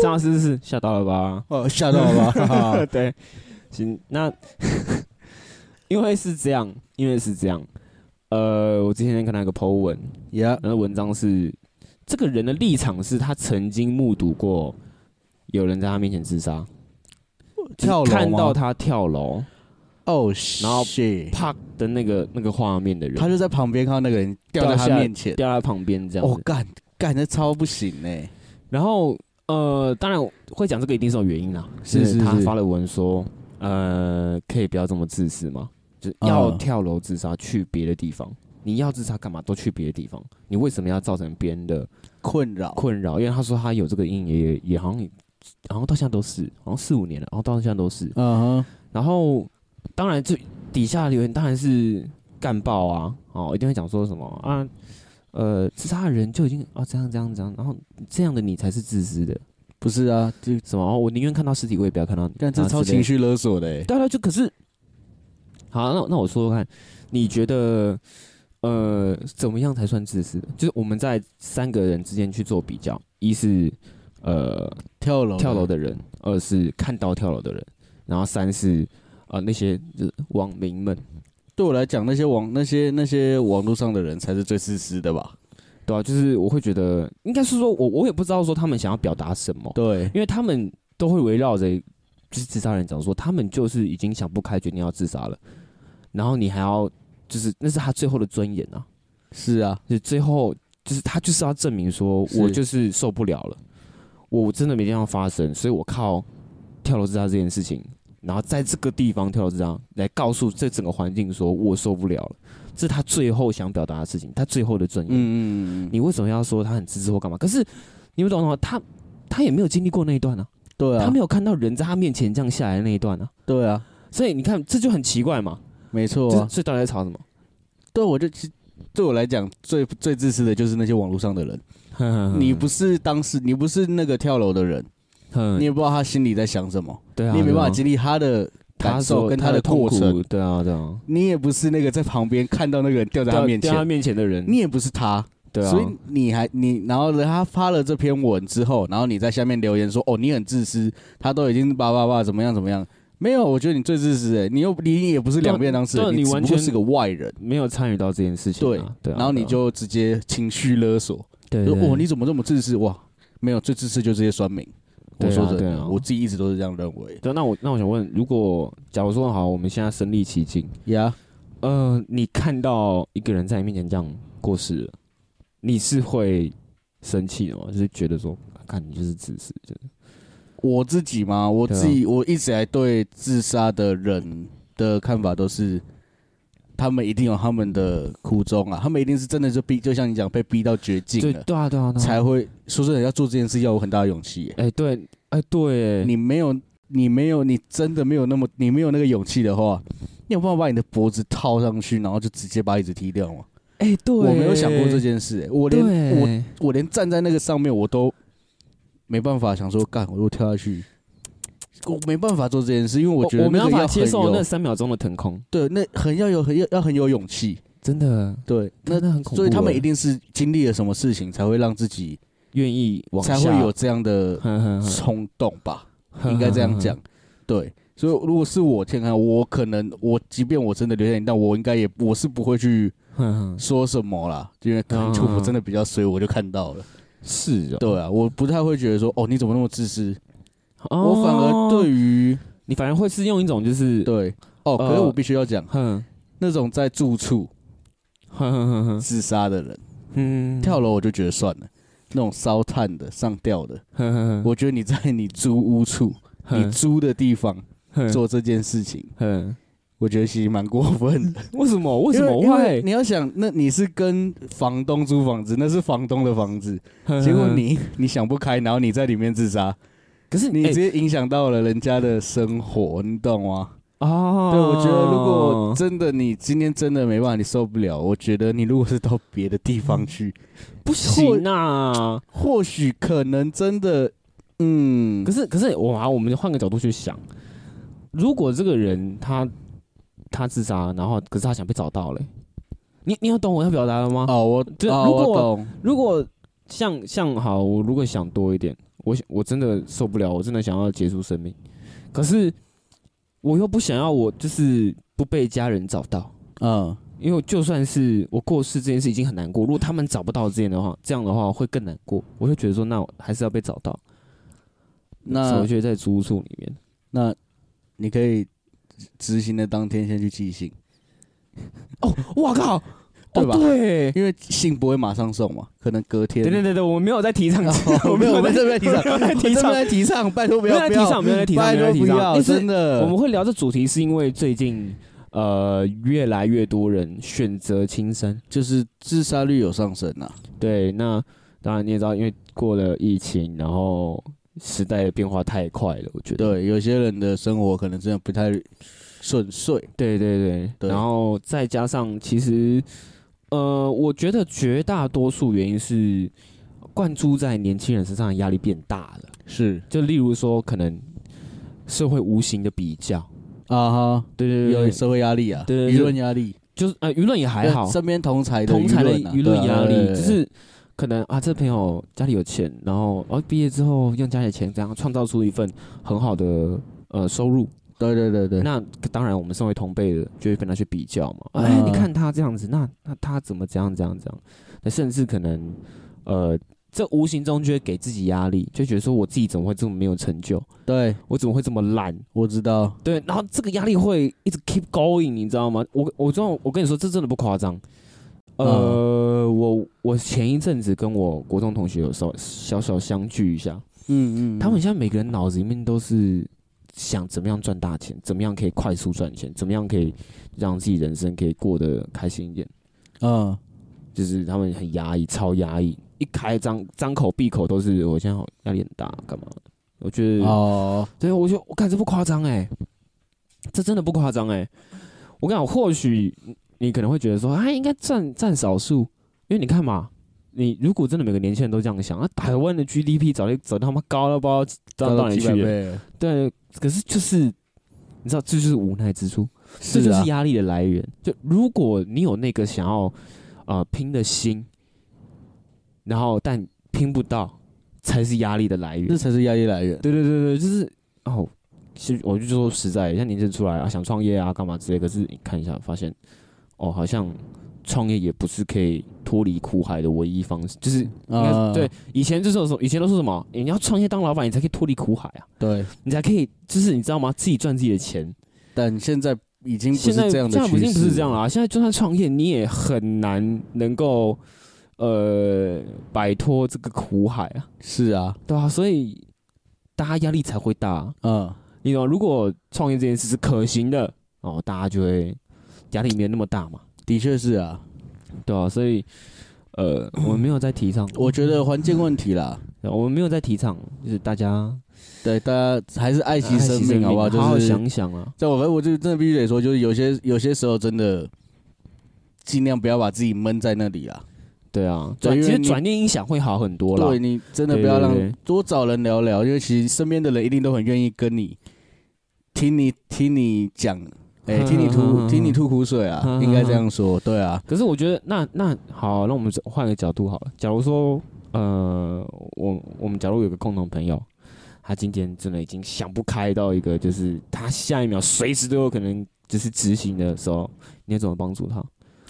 S2: 陈老师是吓到了吧？
S3: 哦，吓到了 [laughs] 吧哈哈？
S2: [laughs] 对，行，那因为是这样，因为是这样，呃，我之前看到一个 Po 文，
S3: 呀，
S2: 那文章是这个人的立场是他曾经目睹过有人在他面前自杀，
S3: 跳
S2: 看
S3: 楼
S2: 到
S3: 吗？
S2: 他跳楼，
S3: 哦，
S2: 然后
S3: shit
S2: 啪的那个那个画面的人，
S3: 他就在旁边看到那个人掉在
S2: 掉
S3: 他
S2: 下来
S3: 面前，
S2: 掉在旁边这样子
S3: 哦，干干这超不行哎，
S2: 然后呃，当然我会讲这个一定是有原因啦，
S3: 是是
S2: 他
S3: 是
S2: 发了文说，呃，可以不要这么自私吗？就是要
S3: 嗯
S2: 跳楼自杀去别的地方，你要自杀干嘛都去别的地方，你为什么要造成别人的
S3: 困扰。
S2: 困扰？因为他说他有这个阴影，也也好像好像到现在都是，好像四五年了，然后到现在都是，
S3: 嗯哼，
S2: 然后当然最底下留言当然是干爆啊，哦，一定会讲说什么啊，呃，自杀的人就已经啊这样这样这样，然后这样的你才是自私的，
S3: 不是啊，这
S2: 什么？哦我宁愿看到尸体，我也不要看到你。
S3: 干这
S2: 啊
S3: 超
S2: 之类
S3: 情
S2: 的。
S3: 绪勒索的哎。
S2: 对啊对啊，就可是，好，啊那那我说说看，你觉得，呃，怎么样才算自私？就是我们在三个人之间去做比较，一是呃
S3: 跳楼，
S2: 跳楼，的人，二是看到跳楼的人，然后三是呃那些就是网民们，
S3: 对我来讲，那些网那些那些网络上的人才是最自私的吧？
S2: 对啊，就是我会觉得，应该是说我我也不知道说他们想要表达什么，
S3: 对，
S2: 因为他们都会围绕着就是自杀人讲说，他们就是已经想不开，决定要自杀了，然后你还要就是那是他最后的尊严啊，
S3: 是啊，
S2: 就是最后就是他就是要证明说
S3: 是
S2: 我就是受不了了，我真的没地方发生，所以我靠跳楼自杀这件事情，然后在这个地方跳楼自杀来告诉这整个环境说我受不了了，这是他最后想表达的事情，他最后的尊严。
S3: 嗯嗯嗯嗯，
S2: 你为什么要说他很自私或干嘛？可是你们懂吗？他他也没有经历过那一段啊。
S3: 对
S2: 他
S3: 啊
S2: 没，有看到人在他面前这样下来的那一段啊，
S3: 对啊，
S2: 所以你看这就很奇怪嘛，
S3: 没错
S2: 这
S3: 啊，
S2: 所以到底在吵什么？
S3: 对我就其实对我来讲，最最自私的就是那些网络上的人。你不是当事，你不是那个跳楼的人，
S2: 嗯
S3: 你也不知道他心里在想什么，
S2: 对啊，
S3: 你也没办法
S2: 对啊
S3: 经历他的感受
S2: 说
S3: 跟
S2: 他
S3: 的
S2: 痛
S3: 过
S2: 苦
S3: 程，，
S2: 对啊对啊，
S3: 你也不是那个在旁边看到那个人掉在他
S2: 掉
S3: 面
S2: 啊掉他
S3: 前，
S2: 面前的人，
S3: 你也不是他，
S2: 对啊，
S3: 所以你还你，然后他发了这篇文之后，然后你在下面留言说，哦，你很自私，他都已经叭叭叭怎么样怎么样。没有，我觉得你最自私哎、你又你也不是两边当事人，
S2: 对啊
S3: 你
S2: 你
S3: 只不
S2: 完
S3: 过
S2: 全
S3: 是个外人，
S2: 没有参与到这件事情
S3: 对
S2: 啊，对啊，
S3: 然后你
S2: 对啊
S3: 就直接情绪勒索，
S2: 对
S3: 说
S2: 对
S3: 哦，你怎么这么自私？哇，没有，最自私就这些酸民。我
S2: 对啊
S3: 说真
S2: 对
S3: 的，
S2: 啊
S3: 我自己一直都是这样认为。
S2: 对，那我那我想问，如果假如说好，我们现在身历其境，
S3: 呀，
S2: 呃，你看到一个人在你面前这样过世了，你是会生气的吗？就是觉得说，啊看你就是自私，真的
S3: 我自己嘛，我
S2: 对啊
S3: 自己、我一直以来对自杀的人的看法都是，他们一定有他们的苦衷啊，他们一定是真的就逼，就像你讲被逼到绝境
S2: 对
S3: 了，
S2: 对啊对啊，对啊
S3: 才会说真的要做这件事要有很大的勇气耶、
S2: 哎、对哎、对，
S3: 你没有，你没有，你真的没有那么，你没有那个勇气的话，你有办法把你的脖子套上去，然后就直接把椅子踢掉吗？
S2: 哎、对，
S3: 我没有想过这，件事耶、我连我
S2: 对，
S3: 我连站在那个上面我都没办法想说干，我如果跳下去，我没办法做这件事，因为我觉得
S2: 我没
S3: 那
S2: 办
S3: 个
S2: 法
S3: 要
S2: 接
S3: 很
S2: 受那
S3: 有
S2: 三秒钟的腾空，
S3: 对，那很要有很要要很有勇气，
S2: 真的，
S3: 对，那
S2: 真的很恐怖哎。
S3: 所以他们一定是经历了什么事情才会让自己
S2: 愿意往下，
S3: 才会有这样的
S2: 哼哼哼
S3: 冲动吧，应该这样讲，，对。所以，如果是我天看，我可能我即便我真的留下你，但我应该也我是不会去
S2: 哼哼
S3: 说什么啦，因为
S2: 嗯
S3: 可能就我真的比较衰，我就看到了。
S2: 是哦，
S3: 对啊，我不太会觉得说哦你怎么那么自私，
S2: 哦
S3: 我反而对于
S2: 你反而会是用一种就是，
S3: 对哦，可是
S2: 呃
S3: 我必须要讲，
S2: 哼
S3: 那种在住处
S2: 哼哼哼哼，
S3: 自杀的人，
S2: 嗯，
S3: 跳楼我就觉得算了。那种烧炭的、上吊的，
S2: 哼哼哼，
S3: 我觉得你在你租屋处、你
S2: 哼
S3: 租的地方
S2: 哼
S3: 做这件事情，
S2: 哼，
S3: 我觉得其实蛮过分的。
S2: 为什么 [laughs] 为什么
S3: 因为因为
S2: 会？
S3: 你要想，那你是跟房东租房子，那是房东的房子，
S2: 哼哼
S3: 结果
S2: 哼
S3: 你你想不开，然后你在里面自杀，
S2: 可是
S3: 你
S2: 哎
S3: 直接影响到了人家的生活，你懂吗？
S2: 哦，
S3: 对，我觉得如果真的你今天真的没办法，你受不了，我觉得你如果是到别的地方去，
S2: 嗯不行啊，
S3: 或许可能真的，嗯
S2: 可，是可是我啊，我们换个角度去想，如果这个人他他自杀，然后可是他想被找到嘞、你你要懂我要表达的吗？
S3: 哦，我
S2: 就
S3: 哦
S2: 如果
S3: 我懂，
S2: 如果像像好，我如果想多一点，我想我真的受不了，我真的想要结束生命，可是我又不想要我就是不被家人找到，
S3: 嗯，
S2: 因为就算是我过世这件事已经很难过，如果他们找不到这件的话，这样的话会更难过，我就觉得说那我还是要被找到，所以
S3: 那
S2: 我就在租屋处里面。
S3: 那你可以执行的当天先去寄信，
S2: 哦，我靠，
S3: 对吧
S2: 哦、对，
S3: 因为信不会马上送嘛，可能隔天。，
S2: 对对对对，我没有在提倡
S3: 我没有，我们这边提倡，
S2: 哦我没有在提
S3: 我
S2: 倡
S3: 们这边提倡，拜托不
S2: 没有
S3: 要，
S2: 在
S3: 不
S2: 提
S3: 要
S2: 倡，没有在提倡，
S3: 拜
S2: 没有在
S3: 托
S2: 提
S3: 不要，
S2: 倡，
S3: 真
S2: 是我们
S3: 的，
S2: 会聊这主题，是因为最近呃越来越多人选择轻生，
S3: 就是自杀率有上升啊，
S2: 对，那当然你也知道，因为过了疫情，然后时代的变化太快了，我觉得，
S3: 对，有些人的生活可能真的不太顺遂。
S2: 对对对，
S3: 对
S2: 然后再加上其实呃，我觉得绝大多数原因是灌注在年轻人身上的压力变大了。
S3: 是
S2: 就例如说，可能社会无形的比较，
S3: 啊哈，
S2: 对对
S3: 有
S2: 对，
S3: 社会压力啊，
S2: 对对对
S3: 舆论压力
S2: 就是呃，舆论也还好，
S3: 身边同才的
S2: 同才的
S3: 舆啊
S2: 舆论啊压力就
S3: 只
S2: 是可能啊，这朋友家里有钱，然后哦毕业之后用家里的钱，这样创造出一份很好的呃收入。
S3: 对对对对，
S2: 那当然，我们身为同辈的，就会跟他去比较嘛。
S3: 嗯
S2: 哎，你看他这样子，那那他怎么这样这样这样？那甚至可能呃，这无形中就会给自己压力，就觉得说我自己怎么会这么没有成就，
S3: 对
S2: 我怎么会这么烂？
S3: 我知道，
S2: 对，然后这个压力会一直 keep going，你知道吗？我我知道，我跟你说，这真的不夸张。呃，
S3: 嗯
S2: 我我前一阵子跟我国中同学有稍小小相聚一下，
S3: 嗯嗯，
S2: 他们现在每个人脑子里面都是想怎么样赚大钱，怎么样可以快速赚钱，怎么样可以让自己人生可以过得开心一点，
S3: 嗯
S2: 就是他们很压抑，超压抑，一开张张口闭口都是我现在好压力很大，干嘛？我觉得
S3: 哦，
S2: 对，啊我就我看这不夸张哎，这真的不夸张哎。我跟你讲，或许你你可能会觉得说，啊，应该占占少数，因为你看嘛，你如果真的每个年轻人都这样想，那、台湾的 GDP 早就早他妈高到不知道高到哪里
S3: 几
S2: 去
S3: 百
S2: 了。
S3: 倍了，
S2: 对，可是就是你知道，这就是无奈之处，这
S3: 是
S2: 就
S3: 啊
S2: 是，压力的来源。就如果你有那个想要呃拼的心，然后但拼不到，才是压力的来源
S3: 这。才是压力来源。
S2: 对对对对，就是哦，其实我就说实在，像年轻人出来啊，想创业啊，干嘛之类，可是你看一下，发现哦，好像创业也不是可以脱离苦海的唯一方式，就是应该、
S3: 啊
S2: 对以前就是有什么，以前都说什么，你要创业当老板，你才可以脱离苦海啊，
S3: 对，
S2: 你才可以，就是你知道吗？自己赚自己的钱，
S3: 但现在已经不
S2: 现
S3: 是
S2: 在
S3: 这样的
S2: 现在
S3: 趋
S2: 已
S3: 势，
S2: 经不是这样了、啊。现在就算创业，你也很难能够呃摆脱这个苦海啊，
S3: 是啊，
S2: 对啊，所以大家压力才会大啊、
S3: 嗯，
S2: 你懂吗？如果创业这件事是可行的，哦，大家就会压力没有那么大嘛，
S3: 的确是啊。
S2: 对啊，所以
S3: [coughs]
S2: 呃，我们没有在提倡，
S3: 我觉得环境问题啦，
S2: 我们没有在提倡，就是大家
S3: 对大家还是爱惜啊生命，好不好？
S2: 好好
S3: 就是
S2: 想想啊，
S3: 在我反正我就真的必须得说，就是有些有些时候真的尽量不要把自己闷在那里啊。
S2: 对啊，
S3: 对
S2: 转
S3: 因为
S2: 其实
S3: 你
S2: 转念音响会好很多啦。
S3: 对你真的
S2: 对
S3: 不要
S2: 对
S3: 让
S2: 对
S3: 多找人聊聊，因为其实身边的人一定都很愿意跟你听你听你讲，
S2: [laughs]
S3: 哎、
S2: 嗯
S3: 听你
S2: 嗯
S3: 吐
S2: 嗯
S3: 听你吐苦水啊，
S2: [laughs] 嗯嗯
S3: 应该这样说，对啊，
S2: 可是我觉得那那好，那我们换个角度好了。假如说，呃，我我们假如有个共同朋友，他今天真的已经想不开到一个，就是他下一秒随时都有可能就是执行的时候，你要怎么帮助他？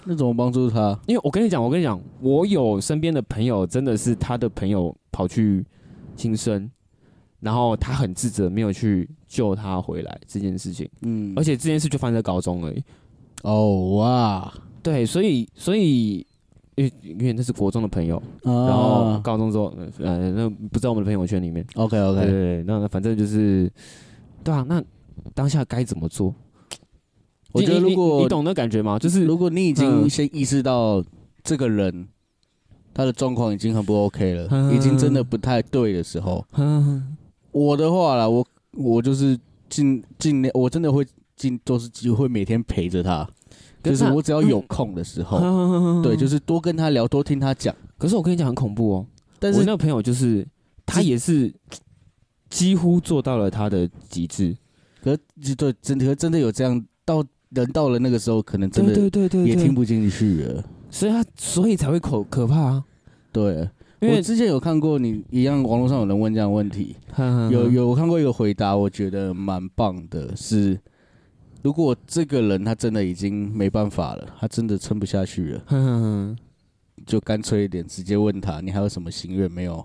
S3: 那怎么帮助他？
S2: 因为我跟你讲，我跟你讲，我有身边的朋友，真的是他的朋友跑去轻生，然后他很自责，没有去救他回来这件事情，
S3: 嗯，
S2: 而且这件事就发生在高中而已。
S3: 哦哇，
S2: 对，所以所以。因为因为那是国中的朋友，
S3: 啊
S2: 然后
S3: 哦
S2: 高中之后，呃，呃那不在我们的朋友圈里面。
S3: OK
S2: 对
S3: OK，
S2: 对对，那那反正就是，对啊，那当下该怎么做？
S3: 我觉得
S2: 你
S3: 如
S2: 你你
S3: 果
S2: 懂那感觉吗？就是
S3: 如果你已经
S2: 嗯
S3: 先意识到这个人他的状况已经很不 OK 了，
S2: 嗯
S3: 已经真的不太对的时候，
S2: 嗯
S3: 我的话啦，我我就是尽尽量，我真的会尽都是机会每天陪着他，
S2: 可
S3: 就是
S2: 是他嗯
S3: 我只要有空的时候，对，就是多跟他聊，多听他讲。
S2: 可是我跟你讲很恐怖哦，
S3: 但
S2: 我
S3: 是
S2: 那个朋友就是他
S3: 是
S2: 也是几乎做到了他的极致，
S3: 可是对真的真的有这样到人到了那个时候，可能真的
S2: 对对对
S3: 也
S2: 对，
S3: 听不进去了。
S2: 所以他所以才会可可怕啊，
S3: 对，
S2: 因
S3: 我
S2: 为
S3: 之前有看过你一样，网络上有人问这样的问题，
S2: 嗯
S3: 有有我看过一个回答，我觉得蛮棒的是。如果这个人他真的已经没办法了，他真的撑不下去了，
S2: [laughs] 哼
S3: 就干脆一点，直接问他，你还有什么心愿没有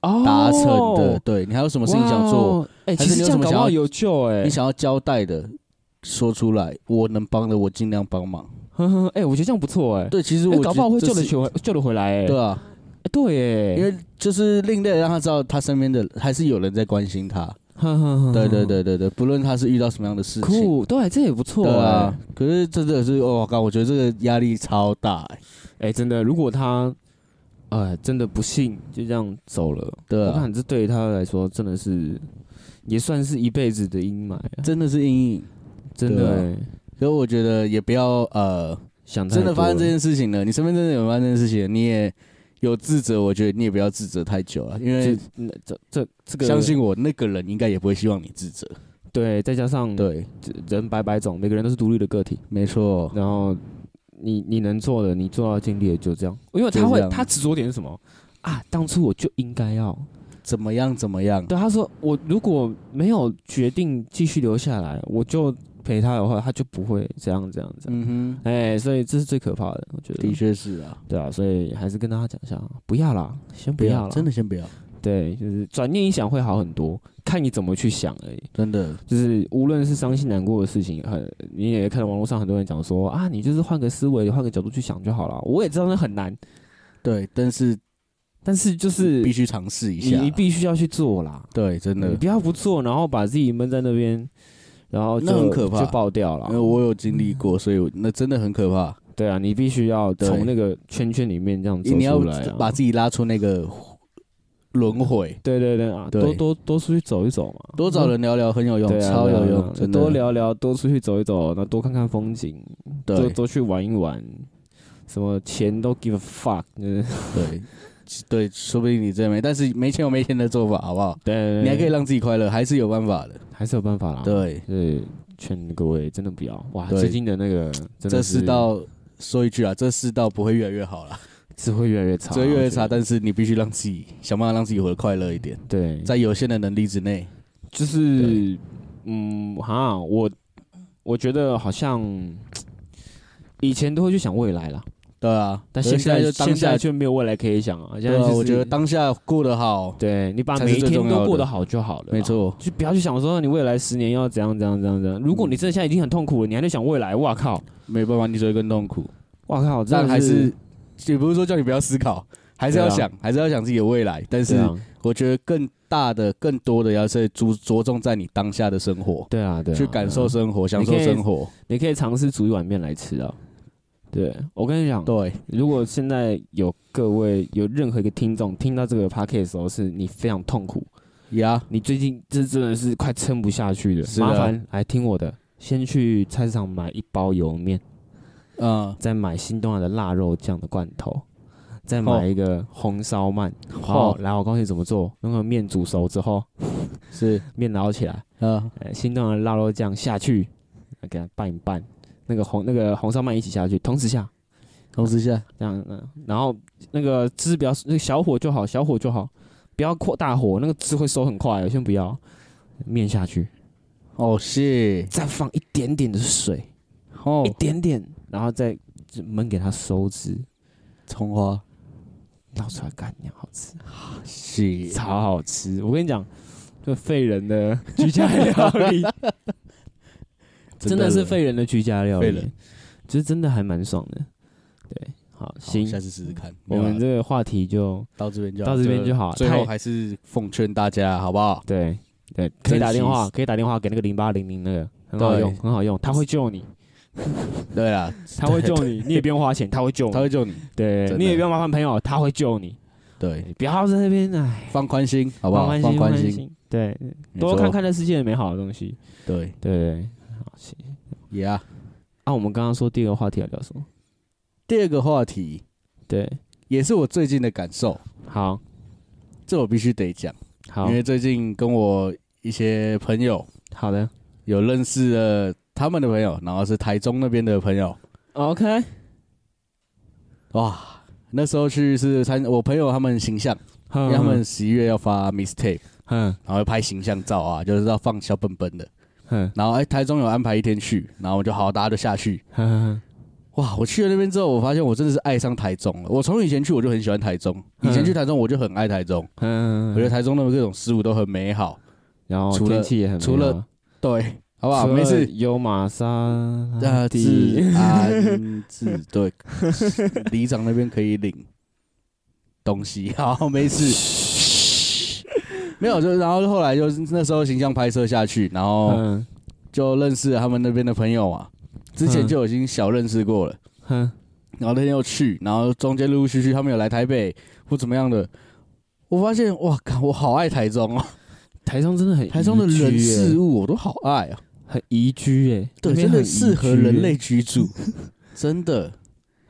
S2: 哦
S3: 达成的？对你还有什么事情想做？
S2: 哇哦？哎，
S3: 还
S2: 其实
S3: 是你有
S2: 这样
S3: 什么
S2: 搞不
S3: 想
S2: 好
S3: 要
S2: 有救哎
S3: 你，想要交代的，说出来，我能帮的我尽量帮忙。
S2: 哼哼，哎，我觉得这样不错哎，
S3: 对，其实
S2: 哎
S3: 我
S2: 搞不好会救
S3: 觉得这
S2: 得
S3: 是
S2: 起回救得回来哎，
S3: 对啊，
S2: 哎对哎，
S3: 因为就是另类，让他知道他身边的还是有人在关心他。
S2: 哼哼哼
S3: 对对对对对，不论他是遇到什么样的事情。
S2: 酷，对，这也不错
S3: 对啊
S2: 哎，，
S3: 可是真的是，哦我、靠，我觉得这个压力超大、欸。
S2: 哎真的，如果他哎真的不幸就这样走了。
S3: 对
S2: 我
S3: 啊，
S2: 看这对于他来说真的是也算是一辈子的阴霾啊，
S3: 真的是阴影。
S2: 真
S3: 对
S2: 的、
S3: 啊
S2: 欸、
S3: 所以我觉得也不要呃，
S2: 想太
S3: 真的
S2: 多
S3: 发生这
S2: 了
S3: 件事情了，你身边真的有发生这件事情，你也有自责，我觉得你也不要自责太久了，因为
S2: 这那这这这个
S3: 相信我，那个人应该也不会希望你自责。
S2: 对，再加上
S3: 对，
S2: 人百百种，每个人都是独立的个体，
S3: 没错，
S2: 然后你你能做的，你做到尽力的就这样，因为
S3: 就
S2: 他
S3: 这
S2: 会
S3: 样
S2: 他执着点是什么啊？当初我就应该要
S3: 怎么样怎么样？
S2: 对他说，我如果没有决定继续留下来，我就陪他的话，他就不会这样这样这样。
S3: 嗯
S2: 哎、所以这是最可怕的，我觉
S3: 哼，
S2: 得。
S3: 的确是啊，
S2: 对啊，所以还是跟大家讲一下，啊不要啦，先
S3: 不
S2: 要
S3: 要
S2: 啦，
S3: 啊真的先不要，
S2: 对，就是转念一想会好很多，看你怎么去想而已。
S3: 真的
S2: 就是无论是伤心难过的事情，很你也看到网络上很多人讲说啊，你就是换个思维，换个角度去想就好了。我也知道那很难，
S3: 对，但是
S2: 但是就是
S3: 必须尝试一
S2: 你
S3: 下
S2: 你，必须要去做啦，
S3: 对，真
S2: 你
S3: 的，
S2: 不要不做，然后把自己闷在那边，然后就
S3: 那很可怕
S2: 就爆掉
S3: 因为
S2: 了。
S3: 我有经历过，所以我那真的很可怕，
S2: 对啊，你必须要
S3: 对
S2: 从那个圈圈里面这样走
S3: 你要
S2: 出来、啊。
S3: 把自己拉出那个轮回，
S2: 对对对啊，
S3: 对
S2: 多多多出去走一走嘛，
S3: 多找人聊聊很有用
S2: 对，啊，
S3: 超有
S2: 对啊
S3: 用，
S2: 对啊
S3: 真的
S2: 多，聊聊，多出去走一走，那多看看风景，多
S3: 对
S2: 多去玩一玩，什么钱都 give a fuck，就是
S3: 对。对，说不定你真的没，但是没钱有没钱的做法，好不好？
S2: 对 [laughs] 对，对啊
S3: 你还可以让自己快乐，还是有办法的。
S2: [laughs] 还是有办法啦。，
S3: 对，
S2: 对，劝各位真的不要哇，
S3: 对
S2: 最近的那个真
S3: 这
S2: 的
S3: 世
S2: 是
S3: 道说一句啊，这世道不会越来越好啦，
S2: 只会越来越差，
S3: 只会越来越
S2: 我
S3: 差。
S2: 觉得
S3: 但是你必须让自己想办法让自己活得快乐一点，
S2: 对，
S3: 在有限的能力之内。
S2: 就是嗯哈，我我觉得好像以前都会去想未来啦，
S3: 对啊，
S2: 但
S3: 可是
S2: 现
S3: 现
S2: 在
S3: 就
S2: 现
S3: 当
S2: 在
S3: 下，
S2: 却没有未来可以想啊。现在
S3: 对啊，
S2: 就是
S3: 我觉得当下过得好，
S2: 对啊你把
S3: 才是
S2: 每一
S3: 最
S2: 天
S3: 重要
S2: 都
S3: 的
S2: 过得好就好了，
S3: 没。错，
S2: 就不要去想说你未来十年要怎样怎样怎样怎样。如果你真的现在已经很痛苦了，你还在想未来，哇靠，
S3: 没办法，你只会更痛苦。
S2: 哇靠，这
S3: 但
S2: 样
S3: 还是也不是说叫你不要思考，还是要
S2: 对啊
S3: 想，还是要想自己的未来。但
S2: 对
S3: 是
S2: 啊，
S3: 我觉得更大的、更多的要是着着重在你当下的生活，
S2: 对啊，对啊，
S3: 去感受
S2: 对啊。
S3: 生活，享受
S2: 你可以
S3: 生活。
S2: 你可以尝试煮一碗面来吃啊。对我跟你讲，
S3: 对，
S2: 如果现在有各位有任何一个听众听到这个 p o d c a s t 的时候，是你非常痛苦，
S3: 呀，
S2: 你最近这真的是快撑不下去了，
S3: 是的啊
S2: 麻烦来听我的，先去菜市场买一包油面，
S3: 嗯，
S2: 再买新东阳的腊肉酱的罐头，再买一个红烧鳗。好、
S3: 哦
S2: 来我告诉你怎么做，那个面煮熟之后，
S3: 是，
S2: 面捞起来，
S3: 嗯，
S2: 呃，新东阳的腊肉酱下去，给它拌一拌，那个红那个红烧鳗一起下去，同时下，
S3: 同时下，
S2: 这样，嗯，然后那个汁不要，那个小火就好，小火就好，不要扩大火，那个汁会收很快，先不要。面下去，
S3: 哦，是，
S2: 再放一点点的水，
S3: 哦
S2: 一，点点，然后再焖给它收汁，
S3: 葱花，
S2: 捞出来干娘好吃，
S3: 是，
S2: 超好吃。我跟你讲，这废人的居家料理， [laughs] 真的是废人的居家料
S3: 废
S2: 理
S3: 人，
S2: 就是真的还蛮爽的。对，好，
S3: 好
S2: 行，
S3: 下次试试看。
S2: 我们
S3: 没有啊
S2: 这个话题就
S3: 到这边就好
S2: 到这边就好啊
S3: 最
S2: 太
S3: 后还是奉劝大家，好不好？
S2: 对对，可以打电
S3: 珍
S2: 话，
S3: 惜
S2: 可以打电话给那个零八零零那个，很好
S3: 对
S2: 用，很好用，他会救 [laughs] 你，
S3: 对啦，
S2: 他会救你，你也不用花钱，他会救
S3: 他
S2: 你，
S3: 会救你，
S2: 对，
S3: 真
S2: 你也
S3: 的
S2: 不用麻烦朋友，他会救你，
S3: 对，
S2: 不要在那边哎，
S3: 放宽心，好不好？
S2: 放
S3: 放
S2: 宽
S3: 宽
S2: 心，
S3: 心，
S2: 心，对，
S3: 没
S2: 多
S3: 错
S2: 看，看这世界的美好的东西，
S3: 对，
S2: 对对对，好行。
S3: 呀。
S2: 啊，我们刚刚说第二个话题要聊什么？
S3: 第二个话题
S2: 对，
S3: 也是我最近的感受，
S2: 好，
S3: 这我必须得讲，
S2: 好
S3: 因，为最近跟我一些朋友
S2: 好的
S3: 有认识了他们的朋友，然后是台中那边的朋友，
S2: ，OK，
S3: 哇，那时候去是参我朋友他们形象，因为他们十一月要发 mistake，
S2: 嗯
S3: 然后会拍形象照啊，就是要放小本本的。
S2: 嗯
S3: 然后哎、台中有安排一天去，然后我就好，大家就下去。
S2: 嗯
S3: 哇，我去了那边之后，我发现我真的是爱上台中了。我从以前去我就很喜欢台中，以前去台中我就很爱台中，
S2: 嗯，
S3: 我觉得台中的各种事物都很美好。
S2: 然后
S3: 除
S2: 天
S3: 了
S2: 气也很
S3: 除
S2: 美
S3: 了
S2: 好
S3: 对，好不好？
S2: 除
S3: 没
S2: 了
S3: 事。
S2: 有玛莎
S3: 呃，
S2: 拉蒂 [laughs]
S3: 治安治对， [laughs] 里长那边可以领东西， [laughs] 好，没事。没有，就然后后来就是那时候形象拍摄下去，然后
S2: 嗯
S3: 就认识了他们那边的朋友嘛，之前就已经小认识过了。
S2: 哼。
S3: 然后那天又去，然后中间陆陆续续他们有来台北或怎么样的，我发现哇靠，我好爱台中哦，
S2: 台中真的很宜居耶，
S3: 台中的人事物我都好爱啊，
S2: 很宜居诶，
S3: 对，
S2: 那边
S3: 真的
S2: 很宜
S3: 适合
S2: 居耶
S3: 人类，
S2: [laughs]
S3: 居住，真的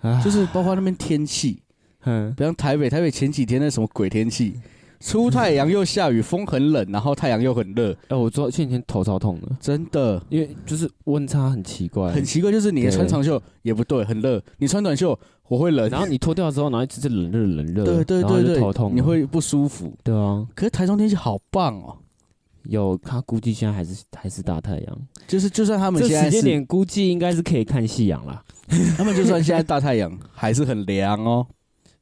S2: 啊
S3: 就是包括那边天气，
S2: 嗯
S3: 比方台北，台北前几天那什么鬼天气，出太阳又下雨，风很冷，然后太阳又很热，
S2: 哎，我昨前几天头超痛的，
S3: 真的
S2: 因为就是温差很奇怪，
S3: 很奇怪，就是你
S2: 哎对
S3: 穿长袖也不对，很热，你穿短袖我会冷，
S2: 然后你脱掉之后，然后一直是冷热冷热，
S3: 对对
S2: 然后
S3: 对
S2: 就
S3: 对，
S2: 头痛，
S3: 你会不舒服。
S2: 对啊，
S3: 可是台中天气好棒哦，
S2: 有他估计现在还是还是大太阳，
S3: 就是就算他们
S2: 这
S3: 现在
S2: 时间
S3: 是
S2: 点估计应该是可以看夕阳啦，
S3: 他们就算现在大太阳还是很凉哦，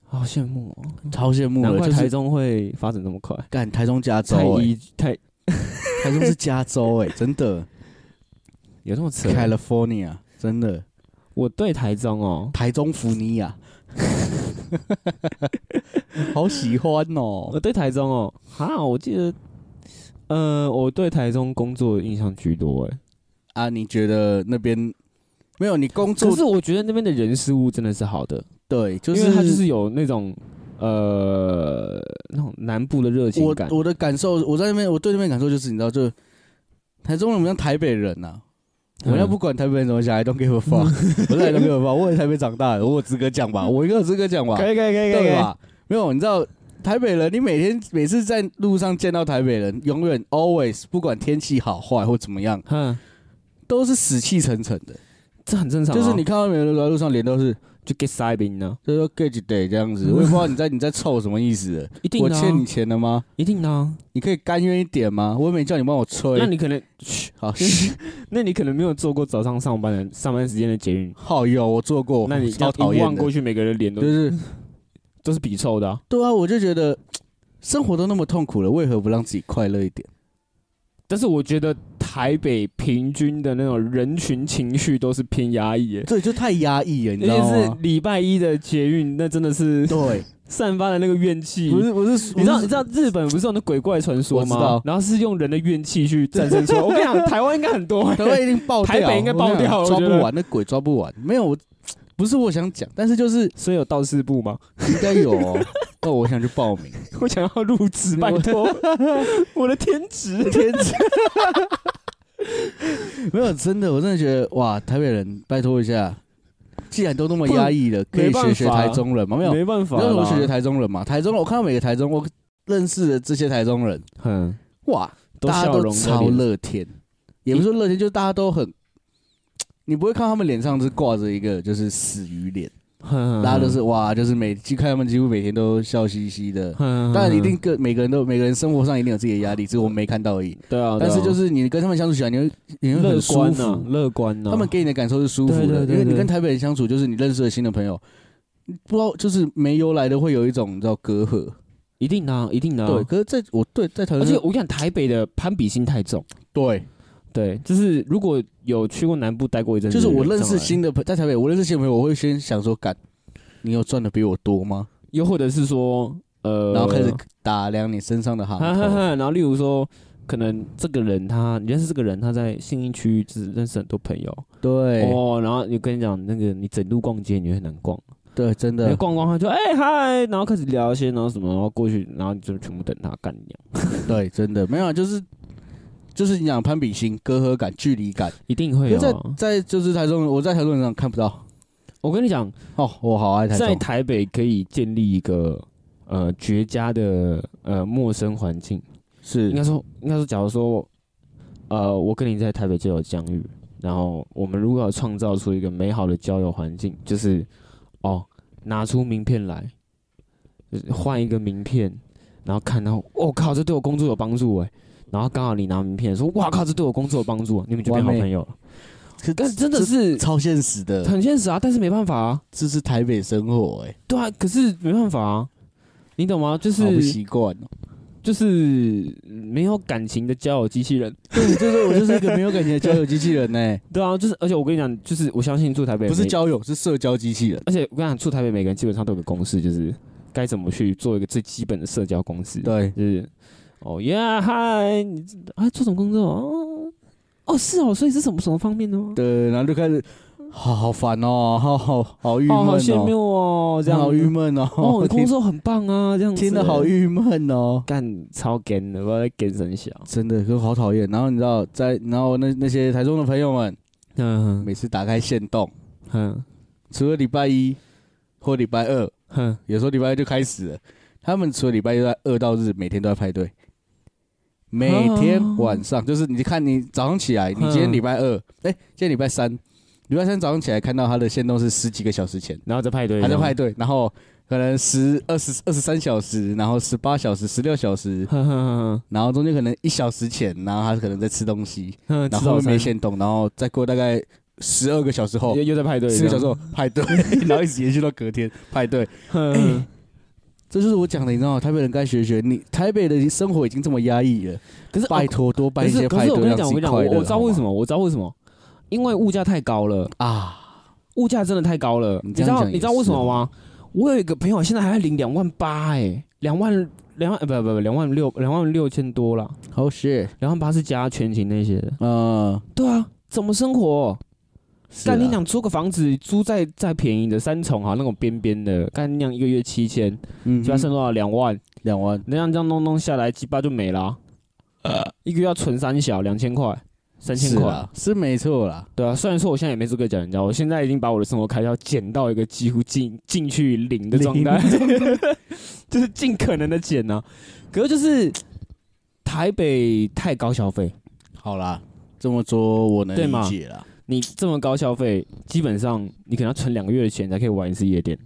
S2: 好羡慕哦，
S3: 超羡慕
S2: 难
S3: 的。
S2: 怪
S3: 就
S2: 台
S3: 是
S2: 中会发展这么快，欸
S3: 干台中加州
S2: 太
S3: 哎、
S2: 宜太
S3: 台中是加州哎、真的
S2: 有这么扯，
S3: California 真的
S2: 我对台中哦，
S3: 台中福尼
S2: [laughs]
S3: 亚，好喜欢
S2: 我
S3: 哦。
S2: 对台中哦，哈，我记得，呃，我对台中工作的印象居多哎。
S3: 啊，你觉得那边没有你工
S2: 可
S3: 作
S2: 是我觉得那边的人事物真的是好的，
S3: 对，就
S2: 因为
S3: 是
S2: 它就是有那种呃那种南部的热情
S3: 我
S2: 感。
S3: 我的感受，我在那边我对那边感受就是你知道，就台中人我们像台北人呐、
S2: 嗯
S3: 我们要不管台北人怎么想，I don't give
S2: [laughs]
S3: a fuck，我是 I don't give a fuck，我在台北长大的，我有资格讲吧，我应该有资格讲吧，
S2: 以可以可
S3: 对吧？没有，你知道台北人，你每天每次在路上见到台北人，永远 always 不管天气好坏或怎么样，
S2: 哼，
S3: 都是死气沉沉的。
S2: 这很正常啊、
S3: 就是你看到每个人走在路上脸都是，
S2: 就 get 啊塞宾呢，
S3: 就说 get day 这样子，我也不知道你在你在臭什么意思了。
S2: 一嗯 [laughs] 定
S3: 我
S2: 的啊、
S3: 欠你钱了吗？
S2: 一定的啊、
S3: 你可以甘愿一点吗？我也没叫你帮我吹
S2: 那。你可能，嘘，
S3: 好，
S2: [laughs]
S3: 嘘
S2: 那你可能没有做过早上上班的上班时间的捷运，
S3: 好有我做过，
S2: 那你这
S3: 超
S2: 样
S3: 讨
S2: 一
S3: 厌
S2: 望
S3: 的
S2: 过去，每个嗯人脸都
S3: 就是
S2: 都是比臭的、啊，
S3: 对啊，我就觉得生活都那么痛苦了，为何不让自己快乐一点？
S2: 但是我觉得台北平均的那种人群情绪都是偏压抑耶，
S3: 对，就太压抑了，你
S2: 尤
S3: 知道
S2: 其是
S3: 吗？
S2: 礼拜一的捷运，那真的是
S3: 对，
S2: 散发的那个怨气。
S3: 不是不是，
S2: 你知道你
S3: 不是
S2: 知道日本不是有那鬼怪传说
S3: 我知
S2: 吗
S3: 道？
S2: 然后是用人的怨气去战胜
S3: [laughs]
S2: 说，我跟你讲，台湾应该很多欸耶，
S3: 台湾一定爆掉，
S2: 台北应该爆掉
S3: 我
S2: 我
S3: 跟
S2: 觉
S3: 你讲抓
S2: 得
S3: 不完，那鬼抓不完。没有，我不是我想讲，但是就是
S2: 所以有道士部吗？
S3: 应该有
S2: [laughs]
S3: 哦。那我想去报名，
S2: 我想要入职，拜托，
S3: [laughs]
S2: 我的天职。
S3: 天职。没有，真的，我真的觉得哇，台北人，拜托一下，既然都那么压抑了，可以
S2: 没办法
S3: 学学台中人嘛？没有，
S2: 没办
S3: 你
S2: 法
S3: 知道我学学
S2: 啦，
S3: 台中人嘛？台中人，我看到每个台中，我认识的这些台中人，
S2: 嗯，
S3: 哇，
S2: 都
S3: 大家
S2: 笑
S3: 都
S2: 容的
S3: 超
S2: 脸
S3: 乐天，也不是说乐天，就是大家都很，你不会看他们脸上是挂着一个就是死鱼脸，
S2: 哼
S3: 大家都是哇，就是每看他们几乎每天都笑嘻嘻的。
S2: 哼，
S3: 当
S2: 但
S3: 然，一定各每个人都每个人生活上一定有自己的压力，只是我们没看到而已。
S2: 对啊，
S3: 但是就是是你跟他们相处起来，你会你会
S2: 乐
S3: 很舒
S2: 观
S3: 服，
S2: 呐，乐观啊呐，
S3: 他们给你的感受是舒服
S2: 对
S3: 的，
S2: 对对
S3: 因为你
S2: 对
S3: 跟台北人相处，就是你认识了新的朋友，不知道就是没由来的会有一种你知道隔阂。
S2: 一定啊，一定啊，
S3: 对，可是在我对在台
S2: 而
S3: 湾，
S2: 且我跟你讲，台北的攀比心太重。
S3: 对，
S2: 对，就是如果有去过南部待过一阵子
S3: 就是
S2: 的人
S3: 我
S2: 上来，
S3: 认识新的朋，在台北我认识新的朋友，我会先想说，干，你有赚的比我多吗？
S2: 又或者是说，呃，
S3: 然后开始打量你身上的行
S2: 哈哈
S3: 头。
S2: 哈，然后例如说，可能这个人他，你认识这个人，他在信义区就是认识很多朋友
S3: 对
S2: 哦，然后你跟你讲那个，你整路逛街你会很难逛，
S3: 对，啊真
S2: 你
S3: 的
S2: 逛逛他就哎嗨，然后开始聊一些，然后什么，然后过去，然后你就全部等他干你娘，
S3: 对真的没有啊，就是就是你讲攀比心、隔阂感、距离感，
S2: 一定会
S3: 因为
S2: 有
S3: 在
S2: 啊。
S3: 在就是台中，我在台中人上看不到。
S2: 我跟你讲，
S3: 哦，我好爱台
S2: 在
S3: 中，
S2: 台北可以建立一个呃绝佳的呃陌生环境。
S3: 是
S2: 应该说，应该说，假如说，呃，我跟你在台北就有相遇，然后我们如果要创造出一个美好的交友环境，就是哦，拿出名片来，就是换一个名片，然后看到，我、靠，这对我工作有帮助哎。然后刚好你拿名片说，哇靠，这对我工作有帮助，啊你们就变好
S3: 完美
S2: 朋友了。
S3: 可
S2: 但真的是
S3: 超现实的，
S2: 很现实啊，但是没办法啊，
S3: 这是台北生活哎、
S2: 对啊，可是没办法啊，你懂吗？就
S3: 好不
S2: 是
S3: 习惯哦。
S2: 就是没有感情的交友机器人，
S3: [laughs] 对，就是我就是一个没有感情的交友机器人呢、欸 [laughs]
S2: 对啊，就是，而且我跟你讲，就是我相信住台北
S3: 不是
S2: 每
S3: 交友，是社交机器人。
S2: 而且我跟你讲，住台北每个人基本上都有个公式，就是该怎么去做一个最基本的社交公式。，
S3: 对，
S2: 就是哦耶嗨，你啊做什么工作？哦哦是哦，所以是什么什么方面的吗？
S3: 对，然后就开始，好好烦哦，好好好郁闷
S2: 哦，好羡
S3: 哦，
S2: 慕哦，这样
S3: 好郁。闷哦，
S2: 哦，你工
S3: [laughs] 听
S2: 作很棒啊，这样子
S3: 听得好郁闷哦，
S2: 干超 g 的，我在 g 很小。
S3: 真的，可好讨厌。然后你知道，在然后那那些台中的朋友们，
S2: 嗯
S3: 每次打开线动，
S2: 哼
S3: 除了礼拜一或礼拜二，
S2: 哼，
S3: 有时候礼拜二就开始了，他们除了礼拜一到二到日，每天都在派对。每天晚上，就是你看你早上起来，你今天礼拜二，哎，今天礼拜三，礼拜三早上起来看到他的线动是十几个小时前，
S2: 然后在派对，
S3: 还在派对，然后可能十二十二十三小时，然后十八小时、十六小时，
S2: [laughs] 哼，哼哼
S3: 然后中间可能一小时前，然后他可能在吃东西，
S2: 哼，
S3: 然后后面没限动，然后再过大概十二个小时后
S2: 又，又在派对，
S3: 十个小时后
S2: [laughs]
S3: 派对， [laughs] 然后一直延续到隔天派对。
S2: 哼。
S3: 哎这就是我讲的，你知道吗？台北人该学学你，台北的生活已经这么压抑了，
S2: 可是
S3: 拜托多办
S2: 可
S3: 一些
S2: 是可
S3: 派
S2: 是我
S3: 对，
S2: 跟你
S3: 让
S2: 讲，
S3: 自
S2: 我
S3: 己
S2: 跟你讲，我
S3: 快乐。
S2: 我知道为什
S3: 么
S2: 么，我知道为什么，因为物价太高了，
S3: 啊？
S2: 物价真的太高了。
S3: 你
S2: 你
S3: 这
S2: 知
S3: 样
S2: 道
S3: 讲也啊
S2: 你知道为什么吗？我有一个朋友现在还在领两万八，哎，两万两万呃不不不两万六两万六千多啦，
S3: 好 shit，
S2: 两万八是加全勤那些的。
S3: 嗯，
S2: 对啊，怎么生活？
S3: 是
S2: 干你
S3: 啊
S2: 娘租个房子，租再再便宜的三重啊哈，那种边边的，干你娘一个月七千，
S3: 嗯
S2: 就要剩
S3: 哼，
S2: 多少两万？
S3: 两万，
S2: 那样这样弄弄下来，鸡巴就没了啊。一个月要存三小两千块，三千
S3: 呃是
S2: 块。
S3: 啊，是没错啦。
S2: 对啊，虽然说我现在也没资格讲人家，我现在已经把我的生活开销减到一个几乎进进去零的状态， [laughs] 就是尽可能的减呢、可是就是台北太高消费，
S3: 好啦，这么说我能
S2: 对
S3: 理
S2: 嘛
S3: 解啦。
S2: 你这么高消费，基本上你可能要存两个月的钱才可以玩一次夜店，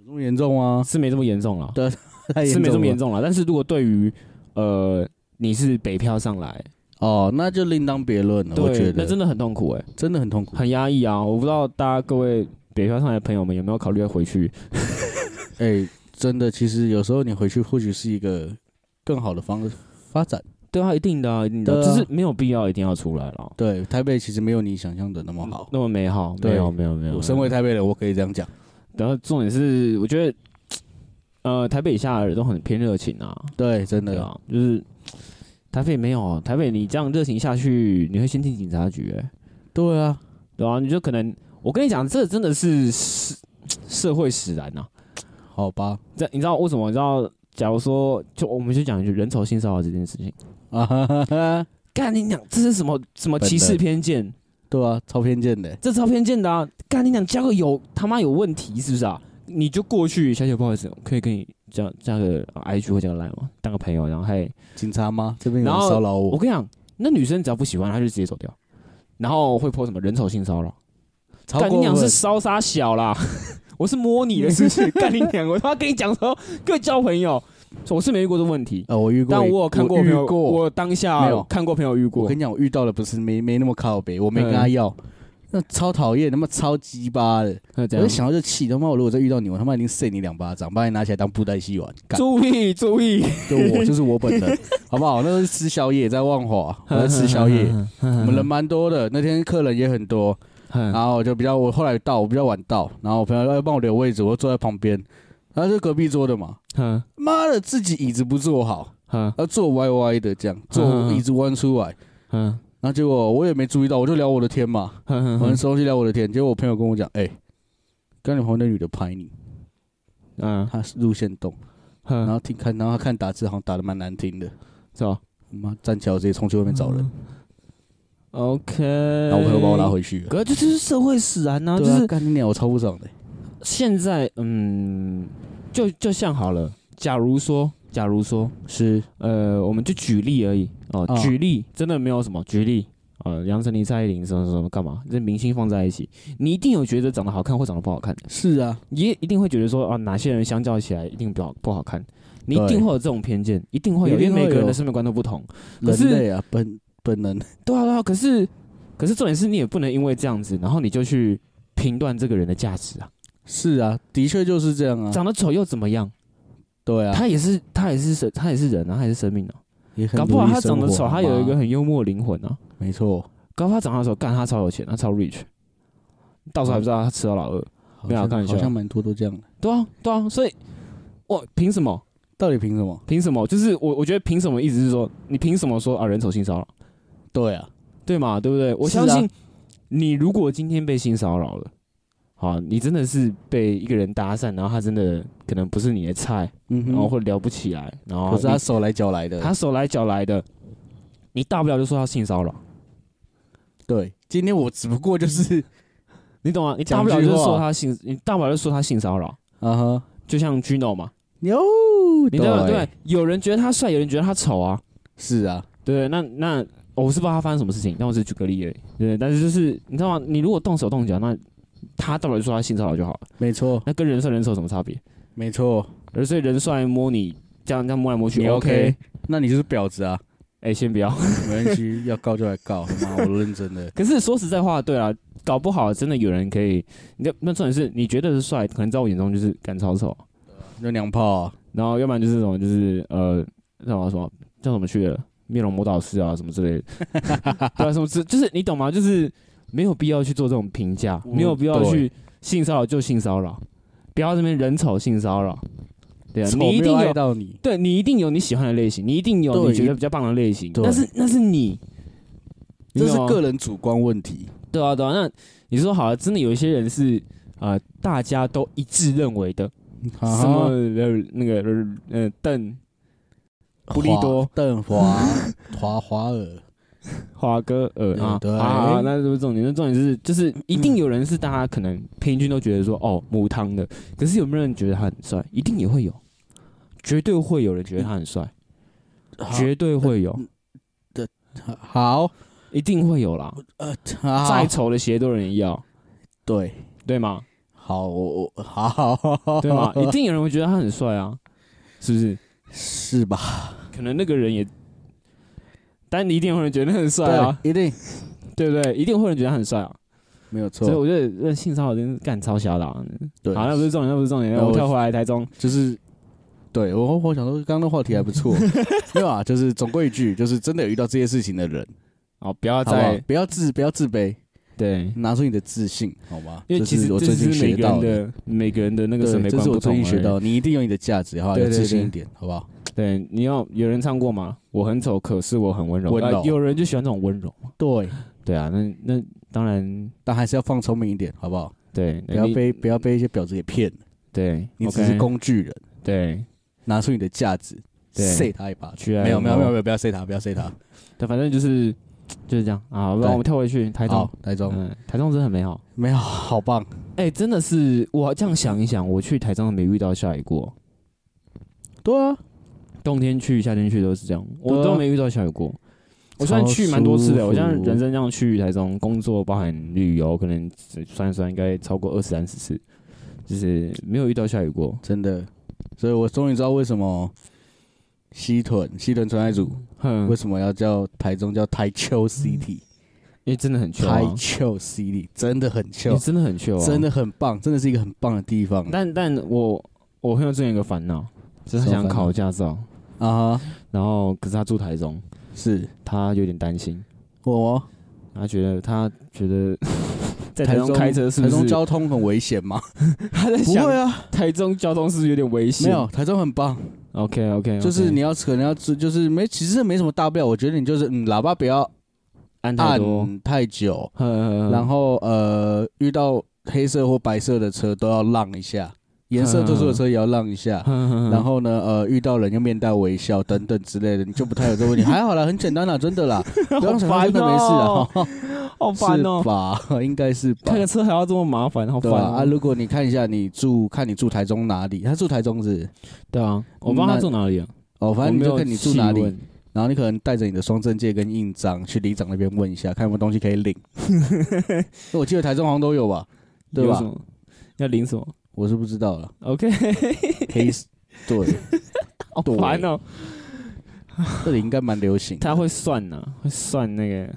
S3: 有这么严重吗？ [laughs]
S2: 是没这么严重了，
S3: 啊太
S2: 是没这么严
S3: 重
S2: 重了。但是如果对于呃你是北漂上来，
S3: 哦，那就另当别论了。我觉
S2: 对，那
S3: 得
S2: 真的很痛苦哎、
S3: 真的很痛苦。
S2: 很压抑啊！我不知道大家各位北漂上来的朋友们有没有考虑要回去？
S3: 哎、真的，其实有时候你回去或许是一个更好的方发展。
S2: 对啊，一定的、啊，一定的，
S3: 对啊
S2: 就是没有必要一定要出来了，
S3: 对，台北其实没有你想象的那么好。
S2: 那么美好，
S3: 哦对
S2: 没有没有没有。
S3: 我身为台北人，我可以这样讲。
S2: 然后重点是，我觉得，呃，台北以下的人都很偏热情啊，
S3: 对，真
S2: 对
S3: 的，
S2: 啊，就是台北没有，啊台北你这样热情下去，你会先进警察局、欸，
S3: 对啊，
S2: 对啊，你就可能，我跟你讲，这真的是社社会使然呐、啊。
S3: 好吧， [laughs]
S2: 这你知道为什么？你知道，假如说，就我们就讲一句人丑性骚扰这件事情，
S3: 啊哈哈哈，
S2: 干你讲这是什么什么
S3: 本
S2: 歧视
S3: 能
S2: 偏见？
S3: 对啊，超偏见的。
S2: 这超偏见的啊！干你讲加个有他妈有问题是不是啊？你就过去，小姐不好意思，可以跟你加加个 IG 或加个 Line 吗？当个朋友，然后还
S3: 警察吗？这边有
S2: 然
S3: 人
S2: 后
S3: 骚扰
S2: 我
S3: 我。
S2: 跟你讲，那女生只要不喜欢，她就直接走掉，然后会泼什么人丑性骚扰。
S3: 超
S2: 干你
S3: 过
S2: 娘是
S3: 分
S2: 烧杀小啦， [laughs] 我是摸你的是不
S3: [laughs]
S2: 是？干你娘！我他妈跟你讲说，各位交朋友，我是没遇过这个问题，
S3: 呃，我遇过，
S2: 但我有看过
S3: 我
S2: 朋
S3: 遇
S2: 友，
S3: 过。
S2: 我当下
S3: 没有
S2: 看过朋友遇过
S3: 我跟。你讲，我遇到的不是没没那么靠北，我没跟他要，那超讨厌，他妈超鸡巴的。
S2: 那怎
S3: 我
S2: 样
S3: 就想到就气，他妈我如果再遇到你，我他妈一定扇你两巴掌，把你拿起来当布袋
S2: [laughs]
S3: 戏玩。干
S2: 注意注意，
S3: 就我就是我本人，好不好？那时候是吃宵夜，在万华，我在吃宵
S2: [laughs]
S3: 夜，
S2: 嗯
S3: 我们人蛮多的，那天客人也很多，然后我就比较我后来到，我比较晚到，然后我朋友要帮我留位置，我就坐在旁边，然后就隔壁桌的嘛，
S2: 嗯
S3: 妈的自己椅子不坐好，
S2: 嗯
S3: 要坐歪歪的这样，
S2: 嗯
S3: 坐
S2: 嗯
S3: 椅子弯出来，
S2: 嗯
S3: 然后结果我也没注意到，我就聊我的天嘛，
S2: 嗯
S3: 我很熟悉聊我的天，结果我朋友跟我讲，哎，刚你旁边那女的拍你，
S2: 嗯
S3: 她是路线动，然
S2: 嗯，
S3: 后听看，然后她看打字好像打的蛮难听的，
S2: 是吧
S3: 妈站起来我直接冲去外面找人，
S2: ？OK，
S3: 然后我朋友把我拉回去了。
S2: 嗯哎可是这就是社会使然呐、
S3: 对
S2: 就
S3: 啊，
S2: 是
S3: 干你鸟，我超不爽的。
S2: 现在，嗯，就就像好了，假如说，假如说，
S3: 是
S2: 呃，我们就举例而已哦，
S3: 哦
S2: 举例真的没有什么，举例呃，杨丞琳、蔡依林什么什么干嘛，这明星放在一起，你一定有觉得长得好看或长得不好看的，
S3: 是啊，
S2: 也一定会觉得说啊，哪些人相较起来一定比较不好看，你一
S3: 对
S2: 定会有这种偏见，一定会有，
S3: 一定
S2: 因为每
S3: 会
S2: 个人
S3: 有
S2: 的审美观都不同。可
S3: 人
S2: 是
S3: 类啊，本本能。
S2: 对啊，对啊，可是可是重点是你也不能因为这样子，然后你就去评断这个人的价值啊，
S3: 是啊，的确就是这样啊。
S2: 长得丑又怎么样？
S3: 对啊，
S2: 他也是他也是生他也是人啊，他也是生命啊，
S3: 也很
S2: 搞不好
S3: 努力
S2: 他长得
S3: 生活
S2: 丑，他有一个
S3: 好吗
S2: 很幽默的灵魂啊，
S3: 没错，
S2: 搞不好他长得丑，干他超有钱，他超 rich，到时候还不知道他吃到老二。
S3: 好
S2: 没有
S3: 像
S2: 开玩笑
S3: 好像蛮多都这样的。
S2: 对啊，对啊，所以我凭什么？
S3: 到底凭什么？
S2: 凭什么？就是我我觉得凭什么意思是说你凭什么说啊人丑性骚扰？
S3: 对啊，
S2: 对嘛？对不对？我
S3: 是啊
S2: 相信你，如果今天被性骚扰了，好，你真的是被一个人搭讪，然后他真的可能不是你的菜，
S3: 嗯
S2: 然后
S3: 哼，
S2: 或者聊不起来，然后
S3: 可是他
S2: 你
S3: 手来脚来的。
S2: 他手来脚来的，你大不了就说他性骚扰，
S3: 对，今天我只不过就是
S2: 你懂吗？你大
S3: 啊讲
S2: 不了
S3: 句
S2: 就是说
S3: 话
S2: 他性，你大不了就说他性骚扰，
S3: [laughs] 啊哈，
S2: 就像 Gino 嘛，
S3: 哟，
S2: 嗯你知道
S3: 对
S2: 对？有人觉得他帅，有人觉得他丑啊，
S3: 是啊，
S2: 对，那那、我是不知道他发生什么事情，但我只是举个例而已，对，但是就是你知道吗？你如果动手动脚，那他大不了就说他性骚扰就好了。
S3: 没错，
S2: 那跟人帅人丑有什么差别？
S3: 没错。
S2: 而呃所以人帅摸你这样这样摸来摸去
S3: 你
S2: OK，
S3: OK，那你就是婊
S2: [laughs]
S3: 子啊，
S2: 哎、先不要。
S3: 没关系，要告就来告，他妈我认真的。
S2: 可是说实在话，对啊，搞不好真的有人可以，你那重点是你觉得是帅，可能在我眼中就是干超丑，
S3: 就娘炮啊，
S2: 然后要不然就是什么就是呃叫什么什么叫什么去了面容魔导师啊什么之类
S3: [laughs]
S2: 的，对啊什么之就是你懂吗？就是没有必要去做这种评价，
S3: 嗯
S2: 没有必要
S3: 对
S2: 去性骚扰就性骚扰，不要这边人丑性骚扰，对啊，
S3: 丑
S2: 你一
S3: 没
S2: 定
S3: 爱
S2: 有
S3: 到你，
S2: 对你一定有你喜欢的类型，你一定有
S3: 对
S2: 你觉得比较棒的类型，
S3: 对
S2: 但是那是你，
S3: 这是
S2: 你懂吗
S3: 个人主观问题。
S2: 对啊对啊。那你说好了，真的有一些人是呃大家都一致认为的，
S3: 啊
S2: 什么呃那个呃邓
S3: 华
S2: 布利多、
S3: 邓华、华华尔，
S2: 华哥呃
S3: 嗯
S2: 啊
S3: 对
S2: 啊，那不是重点，那重点是就是一定有人是大家可能平均都觉得说
S3: 嗯
S2: 哦母汤的，可是有没有人觉得他很帅？一定也会有，绝对会有人觉得他很
S3: 嗯
S2: 帅，绝对会有，
S3: 好
S2: 一定会有啦，
S3: 呃
S2: 再
S3: 好，
S2: 丑的鞋都有人要，
S3: 对，
S2: 对吗？
S3: 好我我好，
S2: 对
S3: [laughs]
S2: 吗？一定有人会觉得他很帅啊，是不是？
S3: 是吧？
S2: 可能那个人也，但你一定会有人觉得他很帅啊，
S3: 对，一定
S2: 对不对？一定会有人觉得他很帅啊。
S3: 没有
S2: 所以
S3: 错。
S2: 我觉得那性骚扰真是干超小的、啊。
S3: 对，
S2: 好，那不是重点，那不是重点。
S3: 那我
S2: 我跳回来台中，
S3: 就是，对我我想说，刚刚的话题还
S2: [laughs]
S3: 不错，没有啊，就是总归一句，就是真的有遇到这些事情的人，
S2: 哦，不要
S3: 好不好
S2: 再？
S3: 不要自不要自卑，
S2: 对，
S3: 拿出你的自信，好吗？
S2: 因为
S3: 这
S2: 其
S3: 是
S2: 实
S3: 我
S2: 这
S3: 最近
S2: 是每
S3: 学
S2: 个人
S3: 到的，
S2: 的每个人的那个
S3: 对
S2: 审美
S3: 这
S2: 观
S3: 是
S2: 不
S3: 我最
S2: 同
S3: 近
S2: 而
S3: 学
S2: 已
S3: 到的，你一定有你的价值，好不好？
S2: 对
S3: 有
S2: 对
S3: 自信
S2: 对
S3: 一点，好不好？
S2: 对，你要有人唱过吗？我很丑，可是我很温柔。
S3: 温柔
S2: 呃有人就喜欢这种温柔嘛。
S3: 对，
S2: 对啊，那那当然，
S3: 但还是要放聪明一点，好不好？
S2: 对，
S3: 不要
S2: 哎你
S3: 被不要被一些婊子给骗了，
S2: 对，
S3: 你只是
S2: OK，
S3: 工具人，
S2: 对，
S3: 拿出你的价值
S2: 对
S3: ，say 他一把。
S2: 去
S3: 没有没有没有没
S2: 有，
S3: 有，不要 say 他，不要 say 他。
S2: 对，反正就是就是这样啊。好不然
S3: 对
S2: 我们跳回去台中
S3: 好，，台中
S2: 嗯，台中真的很美好。
S3: 没有，好棒。
S2: 哎，真的是我这样想一想，我去台中没遇到下雨过，
S3: 对啊，
S2: 冬天去、夏天去都是这样，我
S3: 对
S2: 都
S3: 啊
S2: 没遇到下雨过。我虽然去蛮多次的，我像人生这样去台中工作，包含旅游，可能算一算应该超过二十三十次，就是没有遇到下雨过。
S3: 真的，所以我终于知道为什么西屯西屯纯爱组
S2: 哼，
S3: 为
S2: 因
S3: 什么要叫台中叫台丘 City，
S2: 为真的很秋、啊
S3: 台，丘 City 真的很
S2: 因为
S3: 丘，
S2: 真的很秋、啊，
S3: 真。的很棒，真的是一个很棒的地方。
S2: 但但我我朋友之前有个烦恼，就是他
S3: 什么
S2: 想
S3: 烦恼
S2: 考驾照，
S3: 啊哈，
S2: 然后可是他住台中，
S3: 是
S2: 他有点担心，
S3: 我哦
S2: 他觉得他觉
S3: [laughs]
S2: 得在
S3: 台
S2: 台中开车是不
S3: 台中
S2: 是？
S3: 交通很危险吗？
S2: [laughs]
S3: [laughs]
S2: 他在
S3: 不
S2: 想、
S3: 会啊，
S2: 台中交通是不是有点危险？
S3: 没有，台中很棒，
S2: ，OK OK，
S3: 就是你要可能要就是没，其实没什么大不了，我觉得你就是嗯，喇叭不要
S2: 按太多。
S3: 按太久，
S2: 嗯，
S3: 然
S2: 后
S3: 后呃，遇到黑色或白色的车都要让一下，颜色特殊的车也要让一
S2: 嗯
S3: 下。 [laughs]
S2: [laughs]
S3: 然后呢，呃，遇到人要面带微笑等等之类的，你就不太有这个问题。还好啦，很简单啦，真的啦，不要想
S2: [laughs] 好
S3: 真的没事
S2: 哦
S3: 啊，
S2: [laughs] 好烦哦、
S3: 是吧？ [laughs] 应该是吧
S2: 开，个车还要这么麻烦，好
S3: 对
S2: 烦
S3: 吧？
S2: 哦
S3: 啊，如果你看一下你住，看你住台中哪里？他住台中是不是
S2: 对啊，我不知道他
S3: 那
S2: 住哪里啊，
S3: 哦，反正
S2: 我
S3: 你
S2: 没
S3: 就
S2: 有
S3: 看你住哪
S2: 细
S3: 里，
S2: 问
S3: 然后你可能带着你的双证件跟印章去里长那边问一下，看有没有东西可以
S2: [laughs]
S3: 领。那我记得台中好像都有吧？对
S2: 有
S3: 吧
S2: 什么？要领什么
S3: 我是不
S2: [laughs]
S3: 知道了。 [laughs]
S2: ？OK，
S3: 黑丝，对，
S2: 好
S3: 对
S2: 烦哦、
S3: 这里应该蛮流行的。
S2: 他会算呐、会算那
S3: [laughs]
S2: 个。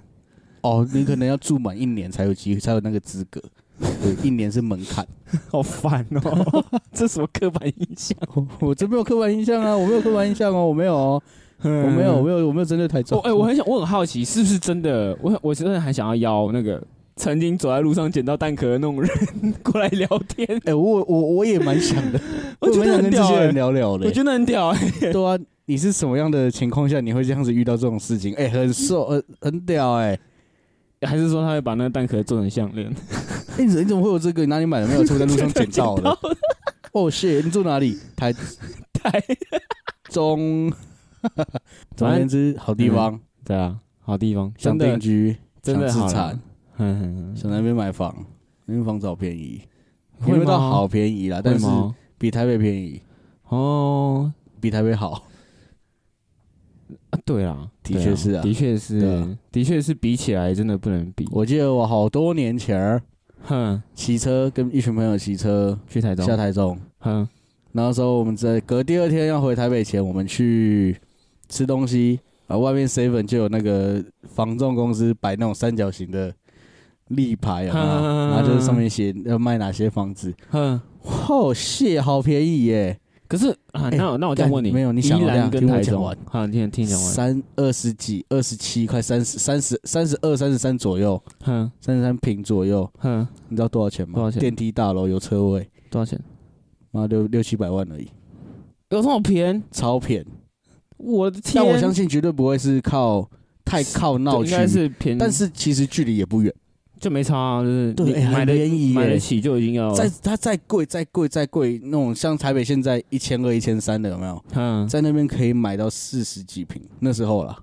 S3: 哦，你可能要住满一年才有机会，才有那个资格。对，
S2: [laughs]
S3: 一年是门槛。
S2: 好烦哦、 [laughs] 这什么刻板印象？
S3: 我我真没有刻板印象啊，我没有刻板印象哦，我没有哦， [laughs] 我
S2: 我
S3: 没有，我没有，我没有针对台
S2: 我
S3: 中。
S2: 嗯哎、我很想，我很好奇，是不是真的？我很我真的很想要邀那个曾经走在路上捡到蛋壳的那种人 [laughs] 过来聊天，
S3: 哎，我我我也蛮想的，
S2: [laughs] 我觉
S3: 蛮
S2: 得
S3: 想
S2: 很
S3: 跟这
S2: 屌、
S3: 些
S2: 欸
S3: 人，聊聊的
S2: 我。觉得很屌、欸。
S3: 对啊，你是什么样的情况下你会这样子遇到这种事情？哎，很瘦，呃，很屌，哎，
S2: 还是说他会把那个蛋壳做成项链？
S3: [laughs] 哎，你怎么会有这个？你哪里买的？没有，是我在路上捡
S2: [laughs]
S3: 到的。哦，谢，你住哪里？台
S2: 台 [laughs]
S3: 中。总而言之，好地方，
S2: 对啊，好地方，
S3: 想
S2: 真
S3: 定
S2: 的
S3: 居，
S2: 真的
S3: 想
S2: 好
S3: 资
S2: 啦
S3: 产，。
S2: 嗯嗯
S3: 想在那边买房，那边房子好便宜，
S2: 嗯，
S3: 也没有
S2: 会
S3: 到
S2: 吗
S3: 好便宜啦，
S2: 会
S3: 但是
S2: 吗？
S3: 比台北便宜，
S2: 哦，
S3: 比台北好。
S2: 啊对啦，
S3: 的
S2: 对啊
S3: 确是啊
S2: 的确
S3: 对
S2: 是
S3: 啊，
S2: 的确是比起来真的不能比。
S3: 我记得我好多年前儿
S2: 哼，
S3: 骑车跟一群朋友骑车
S2: 去台中，
S3: 下台中，
S2: 哼，
S3: 那时候我们在隔第二天要回台北前，我们去吃东西，然后外面 seven 就有那个房仲公司摆那种三角形的立牌有没有
S2: 嗯
S3: 然后就是上面写要卖哪些房子，
S2: 哼。
S3: 哦，谢，好便宜耶，
S2: 可是啊，
S3: 哎
S2: 那我那我再
S3: 干
S2: 问你，
S3: 没有你想
S2: 宜
S3: 我这
S2: 兰
S3: 样
S2: 跟
S3: 听我
S2: 台
S3: 讲
S2: 中
S3: 完，
S2: 好，你听听讲完，
S3: 三二十几、二十七快三十、三十、三十二、三十三左右，
S2: 哼
S3: 三十三平左右，
S2: 哼，
S3: 你知道多少钱吗？
S2: 多少钱
S3: 电梯大楼有车位，
S2: 多少钱？
S3: 妈六六七百万而已，
S2: 有这么便宜？
S3: 超便宜。
S2: 我的天！
S3: 但我相信绝对不会是靠太靠闹
S2: 对
S3: 区，
S2: 应该是便宜，
S3: 但是其实距离也不远。
S2: 就没差啊，就是
S3: 对
S2: 你
S3: 哎
S2: 买
S3: 很
S2: 的
S3: 便宜耶
S2: 买得起就已经要
S3: 再它再贵、再贵、再贵，那种像台北现在一千二、一千三的有没有？
S2: 哼
S3: 在那边可以买到四十几平，那时候啦，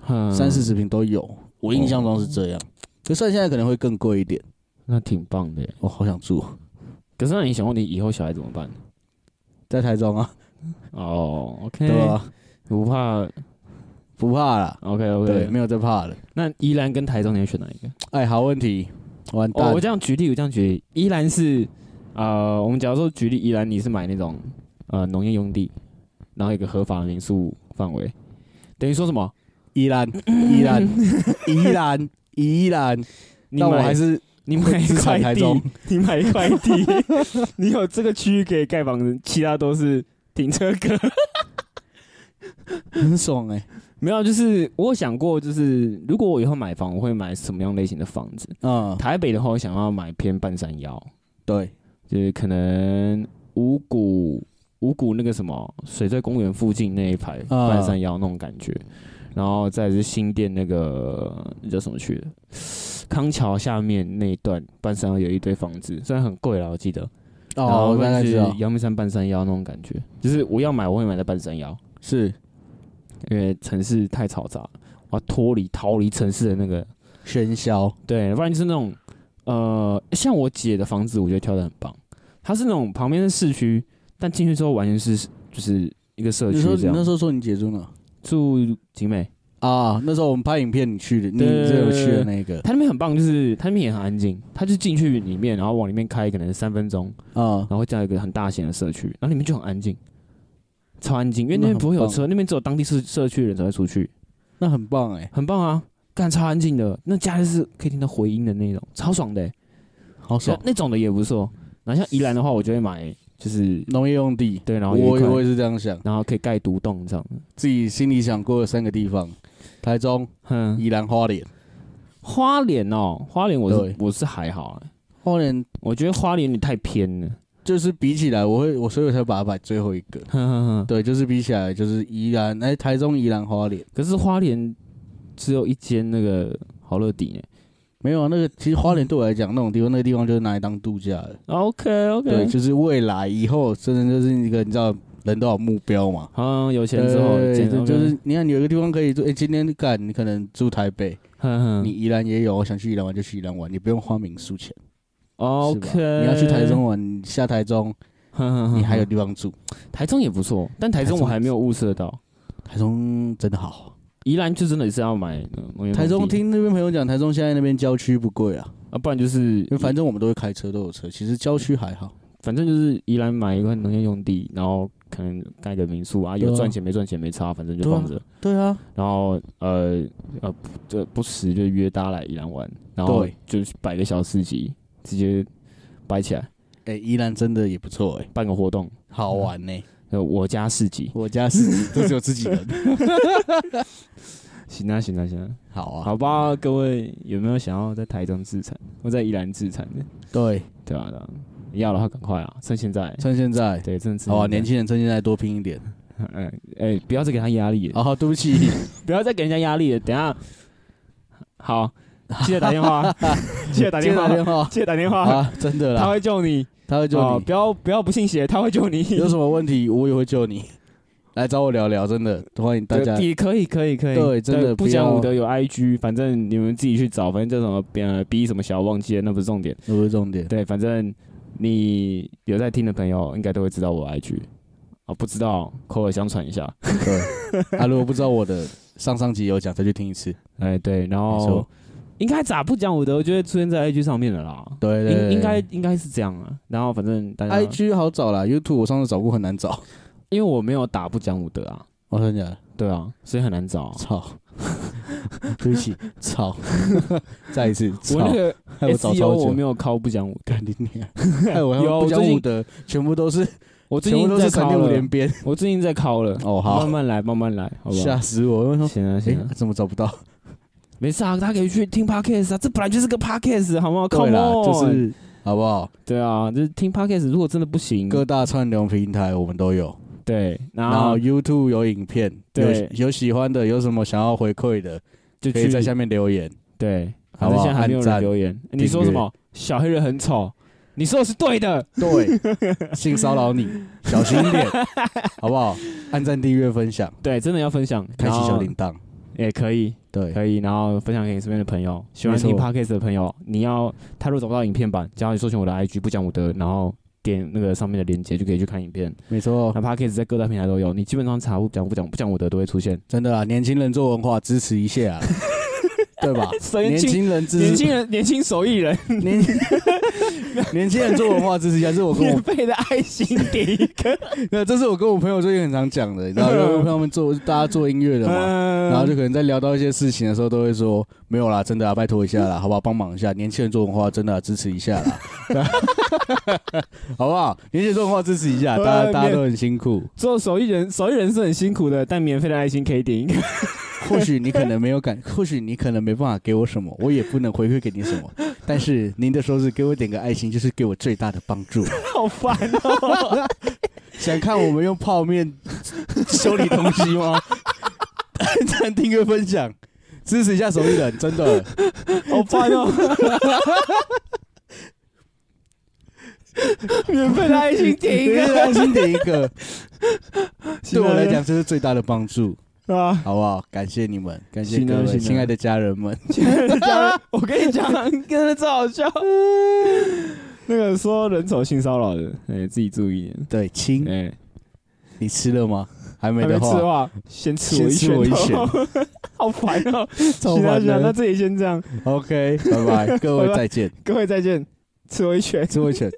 S2: 哼
S3: 三四十平都
S2: 哦
S3: 有。我印象中是这样，就算现在可能会更贵一点。
S2: 那挺棒的耶。
S3: 我好想住
S2: 可是那你想问你以后小孩怎么办？
S3: 在台中啊，
S2: 哦，OK，
S3: 对啊吧、
S2: 我怕
S3: 不怕啦，
S2: ，OK
S3: 对，
S2: OK。
S3: 没有在怕的。
S2: 那宜兰跟台中你会选哪一个？
S3: 哎，好问题，完
S2: 哦我
S3: 蛋
S2: 我，这样举例，我这样举例，宜兰是呃，我们假如说举例宜兰，你是买那种呃农业用地，然后一个合法的民宿范围，等于说什么？
S3: 宜兰，宜兰，宜兰，宜兰，
S2: [laughs] 你
S3: 但我还
S2: 买
S3: 是
S2: 你买一
S3: 资产
S2: 块
S3: 台
S2: 地
S3: 中，
S2: [laughs] 你买一块地，你有这个区域可以盖房子，其他都是停车
S3: [laughs]
S2: 格。
S3: 很爽哎、
S2: 没有，啊就是我有想过，就是如果我以后买房，我会买什么样类型的房子？
S3: 嗯，
S2: 台北的话，我想要买偏半山腰，
S3: 对，
S2: 就是可能五股五股那个什么水在公园附近那一排
S3: 啊
S2: 半山腰那种感觉，然后再来是新店那个那叫什么去的康桥下面那一段半山腰有一堆房子，虽然很贵啦，我记得，然
S3: 哦，
S2: 后
S3: 我大概
S2: 是
S3: 知道，
S2: 阳明山半山腰那种感觉，就是我要买我会买在半山腰，
S3: 是
S2: 因为城市太嘈杂了，我要脱离逃离城市的那个
S3: 喧嚣，
S2: 对，不然就是那种呃，像我姐的房子，我觉得挑的很棒。它是那种旁边是市区，但进去之后完全是就是一个社
S3: 你
S2: 区
S3: 说你
S2: 这样
S3: 那。时候说你结住呢？
S2: 住景美，
S3: 啊，那时候我们拍影片，你去的，你
S2: 对对
S3: 只有
S2: 对
S3: 去
S2: 对
S3: 的那个
S2: 它那边很棒，就是它那边也很安静。它就进去里面，然后往里面开可能三分钟，
S3: 啊
S2: 然后这样一个很大型的社区，然后里面就很安静，超安静，因为那边
S3: 那很
S2: 不会有
S3: 棒
S2: 车，那边只有当地社社区的人才会出去，
S3: 那很棒哎、
S2: 很棒啊，干超安静的。那家就是可以听到回音的那种，超爽的欸、
S3: 好爽！
S2: 那种的也不错。然后像宜兰的话，我就会买就是
S3: 农业用地，
S2: 对，然后
S3: 我
S2: 有一
S3: 也
S2: 块
S3: 我也是这样想，
S2: 然后可以盖独栋这样的。
S3: 自己心里想过的三个地方：台中、
S2: 哼，
S3: 宜兰、花莲。
S2: 花莲哦，花莲我是
S3: 对
S2: 我是还好、啊，
S3: 花莲
S2: 我觉得花莲你太偏了。
S3: 就是比起来，我会我所以我才把它摆最后一个。
S2: 哼哼哼，
S3: 对，就是比起来，就是宜兰，哎，台中、宜兰、花莲，
S2: 可是花莲只有一间那个好乐迪呢。
S3: 没有啊，那个其实花莲对我来讲，那种地方，那个地方就是拿来当度假的。
S2: OK
S3: 对，
S2: OK，
S3: 就是未来以后，真的就是一个你知道，人都有目标嘛。
S2: 好，有钱之后
S3: 对
S2: 见
S3: 就
S2: OK
S3: 就是你看，你有一个地方可以住，哎，今天干，你可能住台北，
S2: 哼哼
S3: 你宜兰也有，我想去宜兰玩就去宜兰玩，你不用花民宿钱。是吧
S2: OK，
S3: 你要去台中，玩，你下台中，
S2: 哼哼哼
S3: 你还有地方住。
S2: 台中也不错，但台中我还没有物色到。
S3: 台中真的好，
S2: 宜兰就真的是要买呃农业
S3: 台中
S2: 农地
S3: 听那边朋友讲，台中现在那边郊区不贵啊，
S2: 啊，不然就是
S3: 因为反正我们都会开车，都有车。其实郊区还好，
S2: 反正就是宜兰买一块农业用地，然后可能盖个民宿啊，有
S3: 对啊
S2: 赚钱没赚钱没差，反正就
S3: 对啊
S2: 放着。
S3: 对啊，
S2: 然后呃呃不这不时就约大家来宜兰玩，然后
S3: 对
S2: 就是摆个小市集，直接摆起来
S3: 哎，宜兰真的也不错哎，
S2: 办个活动，
S3: 好玩呢。
S2: 呃我家市集。
S3: 我
S2: [laughs]
S3: 家是都只有自己人，
S2: 行啊行啊行啊，
S3: 好啊，
S2: 好吧，各位有没有想要在台中自产或在宜兰自产的？
S3: 对，
S2: 对啊对啊，要的话赶快啊，趁现在。
S3: 趁现在，
S2: 对，趁趁
S3: 好啊，
S2: 现在
S3: 年，轻人趁现在多拼一点。
S2: 嗯哎、不要再给他压力了，
S3: 哦，对不起，
S2: 不要再给人家压力了。等一下，好，记得打电
S3: [laughs]
S2: 话， [laughs] 记得打电
S3: 接
S2: 话，
S3: 电话
S2: 记得打电话，
S3: 啊， [laughs] 真的
S2: 他
S3: 啦，
S2: 会救你。
S3: 他会
S2: 哦
S3: 救你
S2: 不。要不要不信邪，他会救你。
S3: [laughs] 有什么问题，我也会救你。来找我聊聊，真的欢迎大家。
S2: 也可以可以可以，
S3: 对真的
S2: 不
S3: 不要
S2: 讲武德有 IG，反正你们自己去找，反正叫什么呃 B 什么小忘记了，那不是重点。
S3: 那不是重点。
S2: 对，反正你有在听的朋友应该都会知道我 IG 啊，不知道口耳相传一下。 [laughs]
S3: 对，啊，如果不知道我的上上集有讲，再去听一次。
S2: 哎对，然
S3: 没
S2: 后
S3: 错
S2: 应该咋不讲武德就会出现在 IG 上面的啦。
S3: 对对
S2: 应
S3: 对
S2: 应该应该是这样啊。然后反正大家
S3: IG 好找啦，YouTube 我上次找过很
S2: [laughs]
S3: 难找。
S2: 因为我没有打不讲武德啊，
S3: 我跟你讲，
S2: 对啊，所以很难找啊、
S3: 操， [laughs] 对不起，
S2: [laughs]
S3: 操，再一次，
S2: 我那
S3: 操，
S2: 个
S3: 害我找
S2: SEO [laughs]
S3: 超
S2: 我
S3: 久
S2: 没。有靠不讲武德。
S3: 干你娘！害我
S2: 有啊
S3: 要不
S2: 最
S3: 讲
S2: 近
S3: 武德，全部都是
S2: 我最
S3: 全部
S2: 近
S3: 都
S2: 在
S3: 是闪
S2: 考
S3: 电五
S2: 了
S3: 连，鞭，
S2: 我最近在考了。
S3: 哦好
S2: 慢慢来，慢慢来，好不
S3: 吓
S2: 好？
S3: 死我！我想说，
S2: 行啊，行啊
S3: 哎，，怎么找不到？
S2: 没事啊，大家可以去听 podcast 啊，这本来就是个 podcast，好吗
S3: 对
S2: ？Come
S3: 啦，
S2: on，
S3: 就是好不好？
S2: 对啊，就是听 podcast，如果真的不行，
S3: 各大串流平台我们都有，
S2: 对，然
S3: 然后
S2: 后
S3: YouTube 有影片，
S2: 啊对
S3: 有有喜欢的，有什么想要回馈的，
S2: 就
S3: 可以
S2: 去
S3: 在下面留言。
S2: 对，
S3: 好
S2: 反
S3: 不
S2: 正
S3: 好
S2: 现在还没有
S3: 按
S2: 人
S3: 赞
S2: 留言。你说什么？小黑人很丑，你说的是对的，
S3: 对，性骚
S2: [laughs]
S3: 扰你，小心一点，好不好？按赞、订阅、分享，
S2: 对，真的要分享，
S3: 开启小
S2: 铃
S3: 铃铛。
S2: 也可以，
S3: 对，
S2: 可以，然后分享给你身边的朋友，喜欢听
S3: 没错
S2: podcast 的朋友，你要他如果找不到影片版，只要你搜寻我的 IG 不讲武德，然后点那个上面的链接就可以去看影片。
S3: 没错
S2: 那，Podcast 在各大平台都有，你基本上查不讲不讲不讲我的都会出现。 [laughs]
S3: 真的啦，年轻人做文化支持一下啊，对吧？
S2: 神经
S3: 年轻人支
S2: 年
S3: 持
S2: 轻人，年轻手艺
S3: [laughs]
S2: 人，
S3: 年 [laughs] 年轻人做文化支持家，这是我跟
S2: [laughs]
S3: 我
S2: 免费的爱心给
S3: [laughs]
S2: 一个，
S3: 那这是我跟我朋友最近很常讲的，
S2: [laughs]
S3: 然后就跟他们做大家做音乐的嘛，
S2: 嗯
S3: 然后就可能在聊到一些事情的时候，都会说没有啦，真的啊，拜托
S2: [laughs]
S3: 一下啦，好不好？帮忙一下，年轻人做文化真的啊、支持一下啦， [laughs] 好不好？年轻人做文化支持一下，大
S2: 啊
S3: 家大家都很辛苦。
S2: 做手艺人，手艺人是很辛苦的，但免费的爱心可以点一个。
S3: 或许你可能没有感，或许你可能没办法给我什么，我也不能回馈给你什么，但是您的手指给我点个爱心，就是给我最大的帮
S2: [laughs]
S3: 助。
S2: [laughs] 好烦
S3: [laughs]
S2: 哦！
S3: 想看我们用泡面修理东西吗？ [laughs] 按赞、订阅、分享，支持一下手艺人，真的。
S2: 好烦哦！ [laughs] 免费的爱心点一个，
S3: 安心点一个， [laughs] 对我来讲这是最大的帮助，
S2: [laughs] 啊！
S3: 好不好？感谢你们，感谢
S2: 行啊
S3: 各
S2: 行啊
S3: 位亲爱的家人们。
S2: 我跟你讲，真的超好笑。 [laughs] 那个说人丑性骚扰的，哎，自己注意一点。
S3: 对，亲，
S2: 哎，
S3: 你吃了吗？还没
S2: 还没
S3: 的
S2: 吃的
S3: 话，
S2: 话，先吃我一拳
S3: 先吃我一
S2: 头。 [laughs] 好烦哦！
S3: 走
S2: 行啊
S3: 完
S2: 行啊，那
S3: 了。
S2: 这里先这样，
S3: OK，拜拜，各
S2: 拜
S3: 位
S2: 哦拜
S3: 再见，
S2: [laughs] 各位再见，吃我一拳。
S3: 最后一拳。